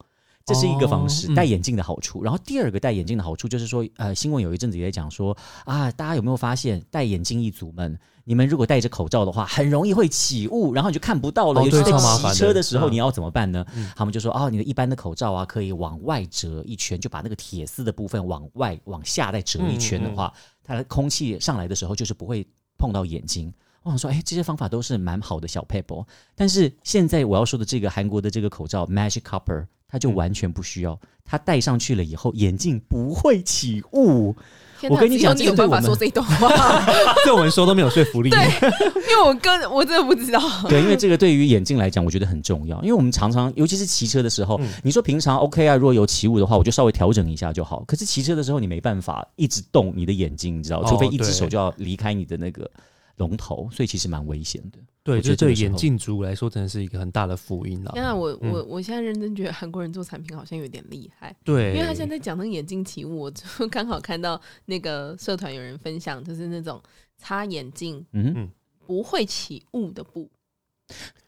Speaker 2: 这是一个方式，
Speaker 1: 哦嗯
Speaker 2: 戴眼镜的好处。然后第二个戴眼镜的好处就是说，呃，新闻有一阵子也在讲说啊，大家有没有发现戴眼镜一族们，你们如果戴着口罩的话，很容易会起雾，然后你就看不到了。
Speaker 1: 哦
Speaker 2: 尤其
Speaker 1: 对
Speaker 2: 在
Speaker 1: 超麻
Speaker 2: 骑
Speaker 1: 烦的
Speaker 2: 车的时候，
Speaker 1: 嗯
Speaker 2: 你要怎么办呢？他们就说哦，你的一般的口罩啊，可以往外折一圈，就把那个铁丝的部分往外往下再折一圈的话，它的空气上来的时候就是不会碰到眼睛。我想说，哎，这些方法都是蛮好的小 paper，但是现在我要说的这个韩国的这个口罩 Magic Copper，它就完全不需要，它戴上去了以后，眼镜不会起雾。
Speaker 3: 天哪
Speaker 2: 我跟你
Speaker 3: 只有
Speaker 2: 讲
Speaker 3: 你
Speaker 2: 这
Speaker 3: 有
Speaker 2: 个对
Speaker 3: 办
Speaker 2: 我
Speaker 3: 法
Speaker 2: 们
Speaker 3: 说这一段话，
Speaker 1: 对我们说都没有说服力。
Speaker 3: 因为我跟我真的不知道。
Speaker 2: 对，因为这个对于眼镜来讲，我觉得很重要，因为我们常常，尤其是骑车的时
Speaker 1: 哦
Speaker 2: 候，
Speaker 1: 嗯
Speaker 2: 你说平常 OK 啊，如果有起雾的话，我就稍微调整一下就好。可是骑车的时候，你没办法一直动你的眼睛，你知道，
Speaker 1: 哦
Speaker 2: 除非一只
Speaker 1: 对
Speaker 2: 手就要离开你的那个龙头，所以其实蛮危险的。
Speaker 1: 对，
Speaker 2: 我觉得
Speaker 1: 这
Speaker 2: 这个
Speaker 1: 对
Speaker 2: 时候
Speaker 1: 眼镜族来说真的是一个很大的福音了。
Speaker 3: 天啊，我
Speaker 1: 嗯
Speaker 3: 我我现在认真觉得韩国人做产品好像有点厉害。
Speaker 1: 对，
Speaker 3: 因为他现在在讲那个眼镜起雾，我就 刚好看到那个社团有人分享，就是那种擦眼镜
Speaker 2: 嗯，
Speaker 1: 嗯
Speaker 3: 不会起雾的布，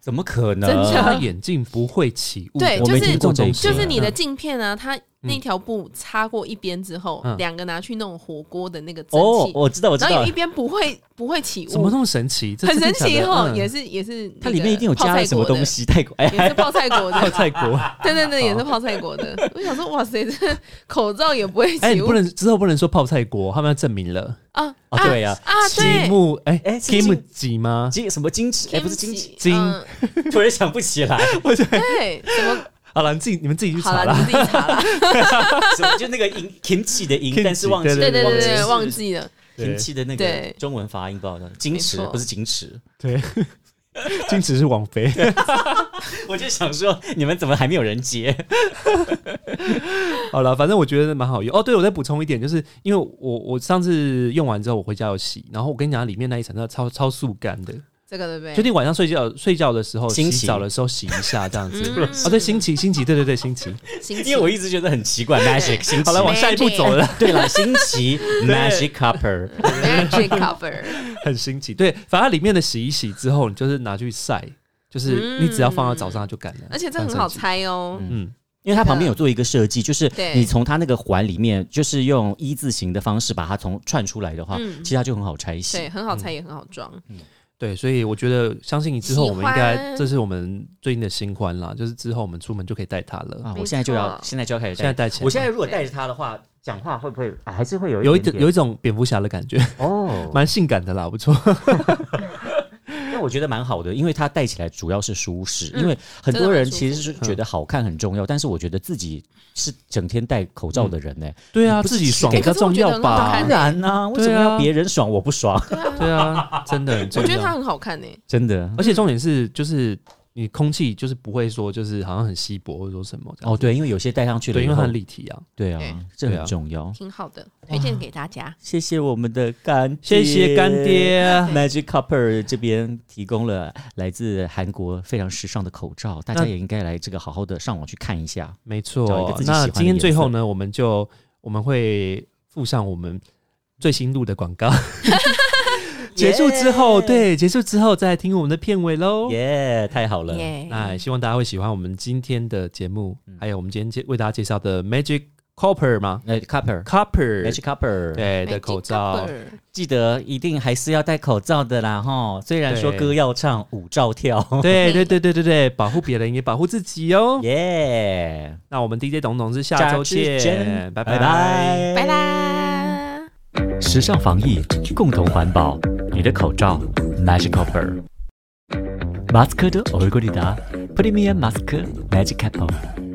Speaker 2: 怎么可能？
Speaker 3: 真的
Speaker 1: 他眼镜不会起雾，
Speaker 3: 对
Speaker 1: 我
Speaker 3: 就
Speaker 1: 没
Speaker 3: 是
Speaker 1: 听过这一
Speaker 2: 对
Speaker 1: 说
Speaker 3: 就是你的
Speaker 1: 嗯
Speaker 3: 镜片啊，它那条布擦过一边之后，
Speaker 1: 嗯
Speaker 3: 两个拿去弄火锅的那个蒸
Speaker 2: 哦
Speaker 3: 汽，，
Speaker 2: 我知道，我知
Speaker 3: 然后
Speaker 2: 道
Speaker 3: 有一，边不会不会起
Speaker 1: 怎么
Speaker 3: 雾
Speaker 1: 那，么神奇？这
Speaker 3: 很神
Speaker 1: 真
Speaker 3: 奇
Speaker 1: 的假的
Speaker 3: 哦，
Speaker 1: 嗯
Speaker 3: 也是也是那个
Speaker 2: 它里面一定有加了什么东西，泰国 哎
Speaker 3: 泡菜果的，也是泡菜果
Speaker 1: 泡菜
Speaker 3: 的，
Speaker 1: 国，
Speaker 3: 对对对，也是泡菜果的。 我想说，哇塞，这 口罩也不会
Speaker 1: 哎，
Speaker 3: 起
Speaker 1: 你
Speaker 3: 雾
Speaker 1: 不能之后不能说泡菜国，他们要证明了。
Speaker 3: 啊
Speaker 2: 哦
Speaker 3: 啊
Speaker 2: 对呀，
Speaker 3: 啊，
Speaker 1: 吉
Speaker 3: 对，
Speaker 1: 木哎
Speaker 2: 哎是
Speaker 1: 吉木
Speaker 2: 金
Speaker 1: 吉 吗？
Speaker 2: 金什么金翅哎不是金翅，
Speaker 3: kimchi，
Speaker 1: 金
Speaker 3: 嗯
Speaker 2: 突然想不起来，
Speaker 3: 对，怎么
Speaker 1: 好了，你自己你们自己去
Speaker 3: 好
Speaker 1: 查
Speaker 3: 了？
Speaker 1: 啦。
Speaker 3: 你自己查了。
Speaker 2: 什么就那个银 kimchi 的银
Speaker 1: kimchi，，
Speaker 2: 但是忘记
Speaker 1: 对
Speaker 3: 对对对
Speaker 2: 是
Speaker 3: 对，忘记了。
Speaker 1: 对
Speaker 2: 平气的那个
Speaker 3: 对
Speaker 2: 中文发音不知道叫什么矜持
Speaker 3: 没，错
Speaker 2: 不是矜持。
Speaker 1: 对，金池是王菲。
Speaker 2: 我就想说，你们怎么还没有人接？
Speaker 1: 好了，反正我觉得蛮好用。哦，对，我再补充一点，就是因为我我上次用完之后我回家有洗，然后我跟你讲，里面那一层那超超速干的，
Speaker 3: 这个对不对？
Speaker 1: 就你晚上睡觉睡觉的时候，洗
Speaker 2: 星期
Speaker 1: 澡的时候洗一下这样子。
Speaker 3: 嗯
Speaker 1: 哦，对，星期星期，对对对，星期。
Speaker 4: 心
Speaker 2: 因为我一直觉得很奇怪，magic 星期
Speaker 1: 好了，往下一步走了，
Speaker 2: 对了，星 期 magic copper，
Speaker 4: magic cover，
Speaker 1: 很新奇。对，反正它里面的洗一洗之后，你就是拿去晒，就是
Speaker 3: 嗯
Speaker 1: 你只要放到早上它就干了。
Speaker 3: 而且这很好猜哦。
Speaker 1: 嗯，
Speaker 2: 因为它旁边有做一个设计，就是
Speaker 3: 对
Speaker 2: 你从它那个环里面，就是用一字形的方式把它从串出来的话，
Speaker 3: 嗯
Speaker 2: 其实它就很好拆
Speaker 3: 对，
Speaker 2: 卸。
Speaker 3: 很好猜，也很好装。
Speaker 1: 对，所以我觉得相信你之后，我们应
Speaker 3: 喜
Speaker 1: 该
Speaker 3: 欢
Speaker 1: 这是我们最近的新欢啦，就是之后我们出门就可以带它了。
Speaker 2: 啊，
Speaker 3: 没
Speaker 2: 我现在就要，
Speaker 3: 错
Speaker 2: 现在就要开始
Speaker 1: 现在
Speaker 2: 戴。
Speaker 1: 带起来，
Speaker 2: 我现在如果带着它的话，讲话会不会啊还是会有
Speaker 1: 有一
Speaker 2: 点
Speaker 1: 种
Speaker 2: 点
Speaker 1: 有一种蝙蝠侠的感觉，
Speaker 2: 哦，
Speaker 1: 蛮性感的啦，不错。
Speaker 2: 那我觉得蛮好的，因为它戴起来主要是舒适，
Speaker 3: 嗯
Speaker 2: 因为很
Speaker 3: 真
Speaker 2: 多
Speaker 3: 的
Speaker 2: 人
Speaker 3: 蛮舒服
Speaker 2: 其实是
Speaker 1: 嗯
Speaker 2: 觉得好看很重要，但是我觉得自己是整天戴口罩的人呢、
Speaker 1: 对啊，
Speaker 2: 不是
Speaker 1: 自己爽
Speaker 2: 给
Speaker 1: 比较重要
Speaker 3: 哎可是
Speaker 1: 吧
Speaker 3: 我觉得很好看？
Speaker 2: 然呢、
Speaker 1: 啊
Speaker 2: 为什么要别人爽我 不爽？
Speaker 3: 对啊，
Speaker 1: 对 啊，真的很重
Speaker 3: 我觉得它
Speaker 1: 要。
Speaker 3: 很好看呢、
Speaker 2: 真的
Speaker 1: 而且重点是，就是你空气就是不会说就是好像很稀薄或者说什么这样
Speaker 2: 哦，
Speaker 1: 子
Speaker 2: 对，因为有些戴上去了
Speaker 1: 对，
Speaker 2: 以
Speaker 1: 因为
Speaker 2: 后
Speaker 1: 它很立体啊。
Speaker 2: 对啊
Speaker 3: 对，
Speaker 2: 这
Speaker 1: 对啊
Speaker 2: 很重要。
Speaker 3: 挺好的，推荐给大家。
Speaker 2: 谢谢我们的干，
Speaker 1: 谢谢干。爹。
Speaker 2: Magic Copper 这边提供了来自韩国非常时尚的口罩，大家
Speaker 1: 那
Speaker 2: 也应该来这个好好的上网去看一下。
Speaker 1: 没
Speaker 2: 找一
Speaker 1: 错
Speaker 2: 个自。己喜欢
Speaker 1: 那
Speaker 2: 的
Speaker 1: 今天最后呢，我们就我们会附上我们最新录的广告。结束之后，
Speaker 2: Yeah
Speaker 1: 对，结束之后再听我们的片尾喽。
Speaker 2: 耶、太好了
Speaker 3: 耶、
Speaker 1: 那也希望大家会喜欢我们今天的节目，还有我们今天介为大家介绍的 Magic Copper 吗
Speaker 2: 呃 Copper
Speaker 1: ？Copper，
Speaker 2: Magic Copper，
Speaker 1: 对
Speaker 3: Magic
Speaker 1: 的口罩
Speaker 3: cover，
Speaker 2: 记得一定还是要戴口罩的啦，吼！虽然说
Speaker 1: 对
Speaker 2: 歌要唱，舞照跳，
Speaker 1: 对对对对对对，保护别人也保护自己哦。
Speaker 2: 耶！
Speaker 1: 那我们 DJ 董董是下周见，拜
Speaker 2: 拜
Speaker 1: 拜。
Speaker 2: 拜，
Speaker 3: 拜。啦。
Speaker 2: 时尚防疫，共同环保。你的口罩，Magic Copper。マスクのオルゴリラ、プレミアムマスク、Magic Apple。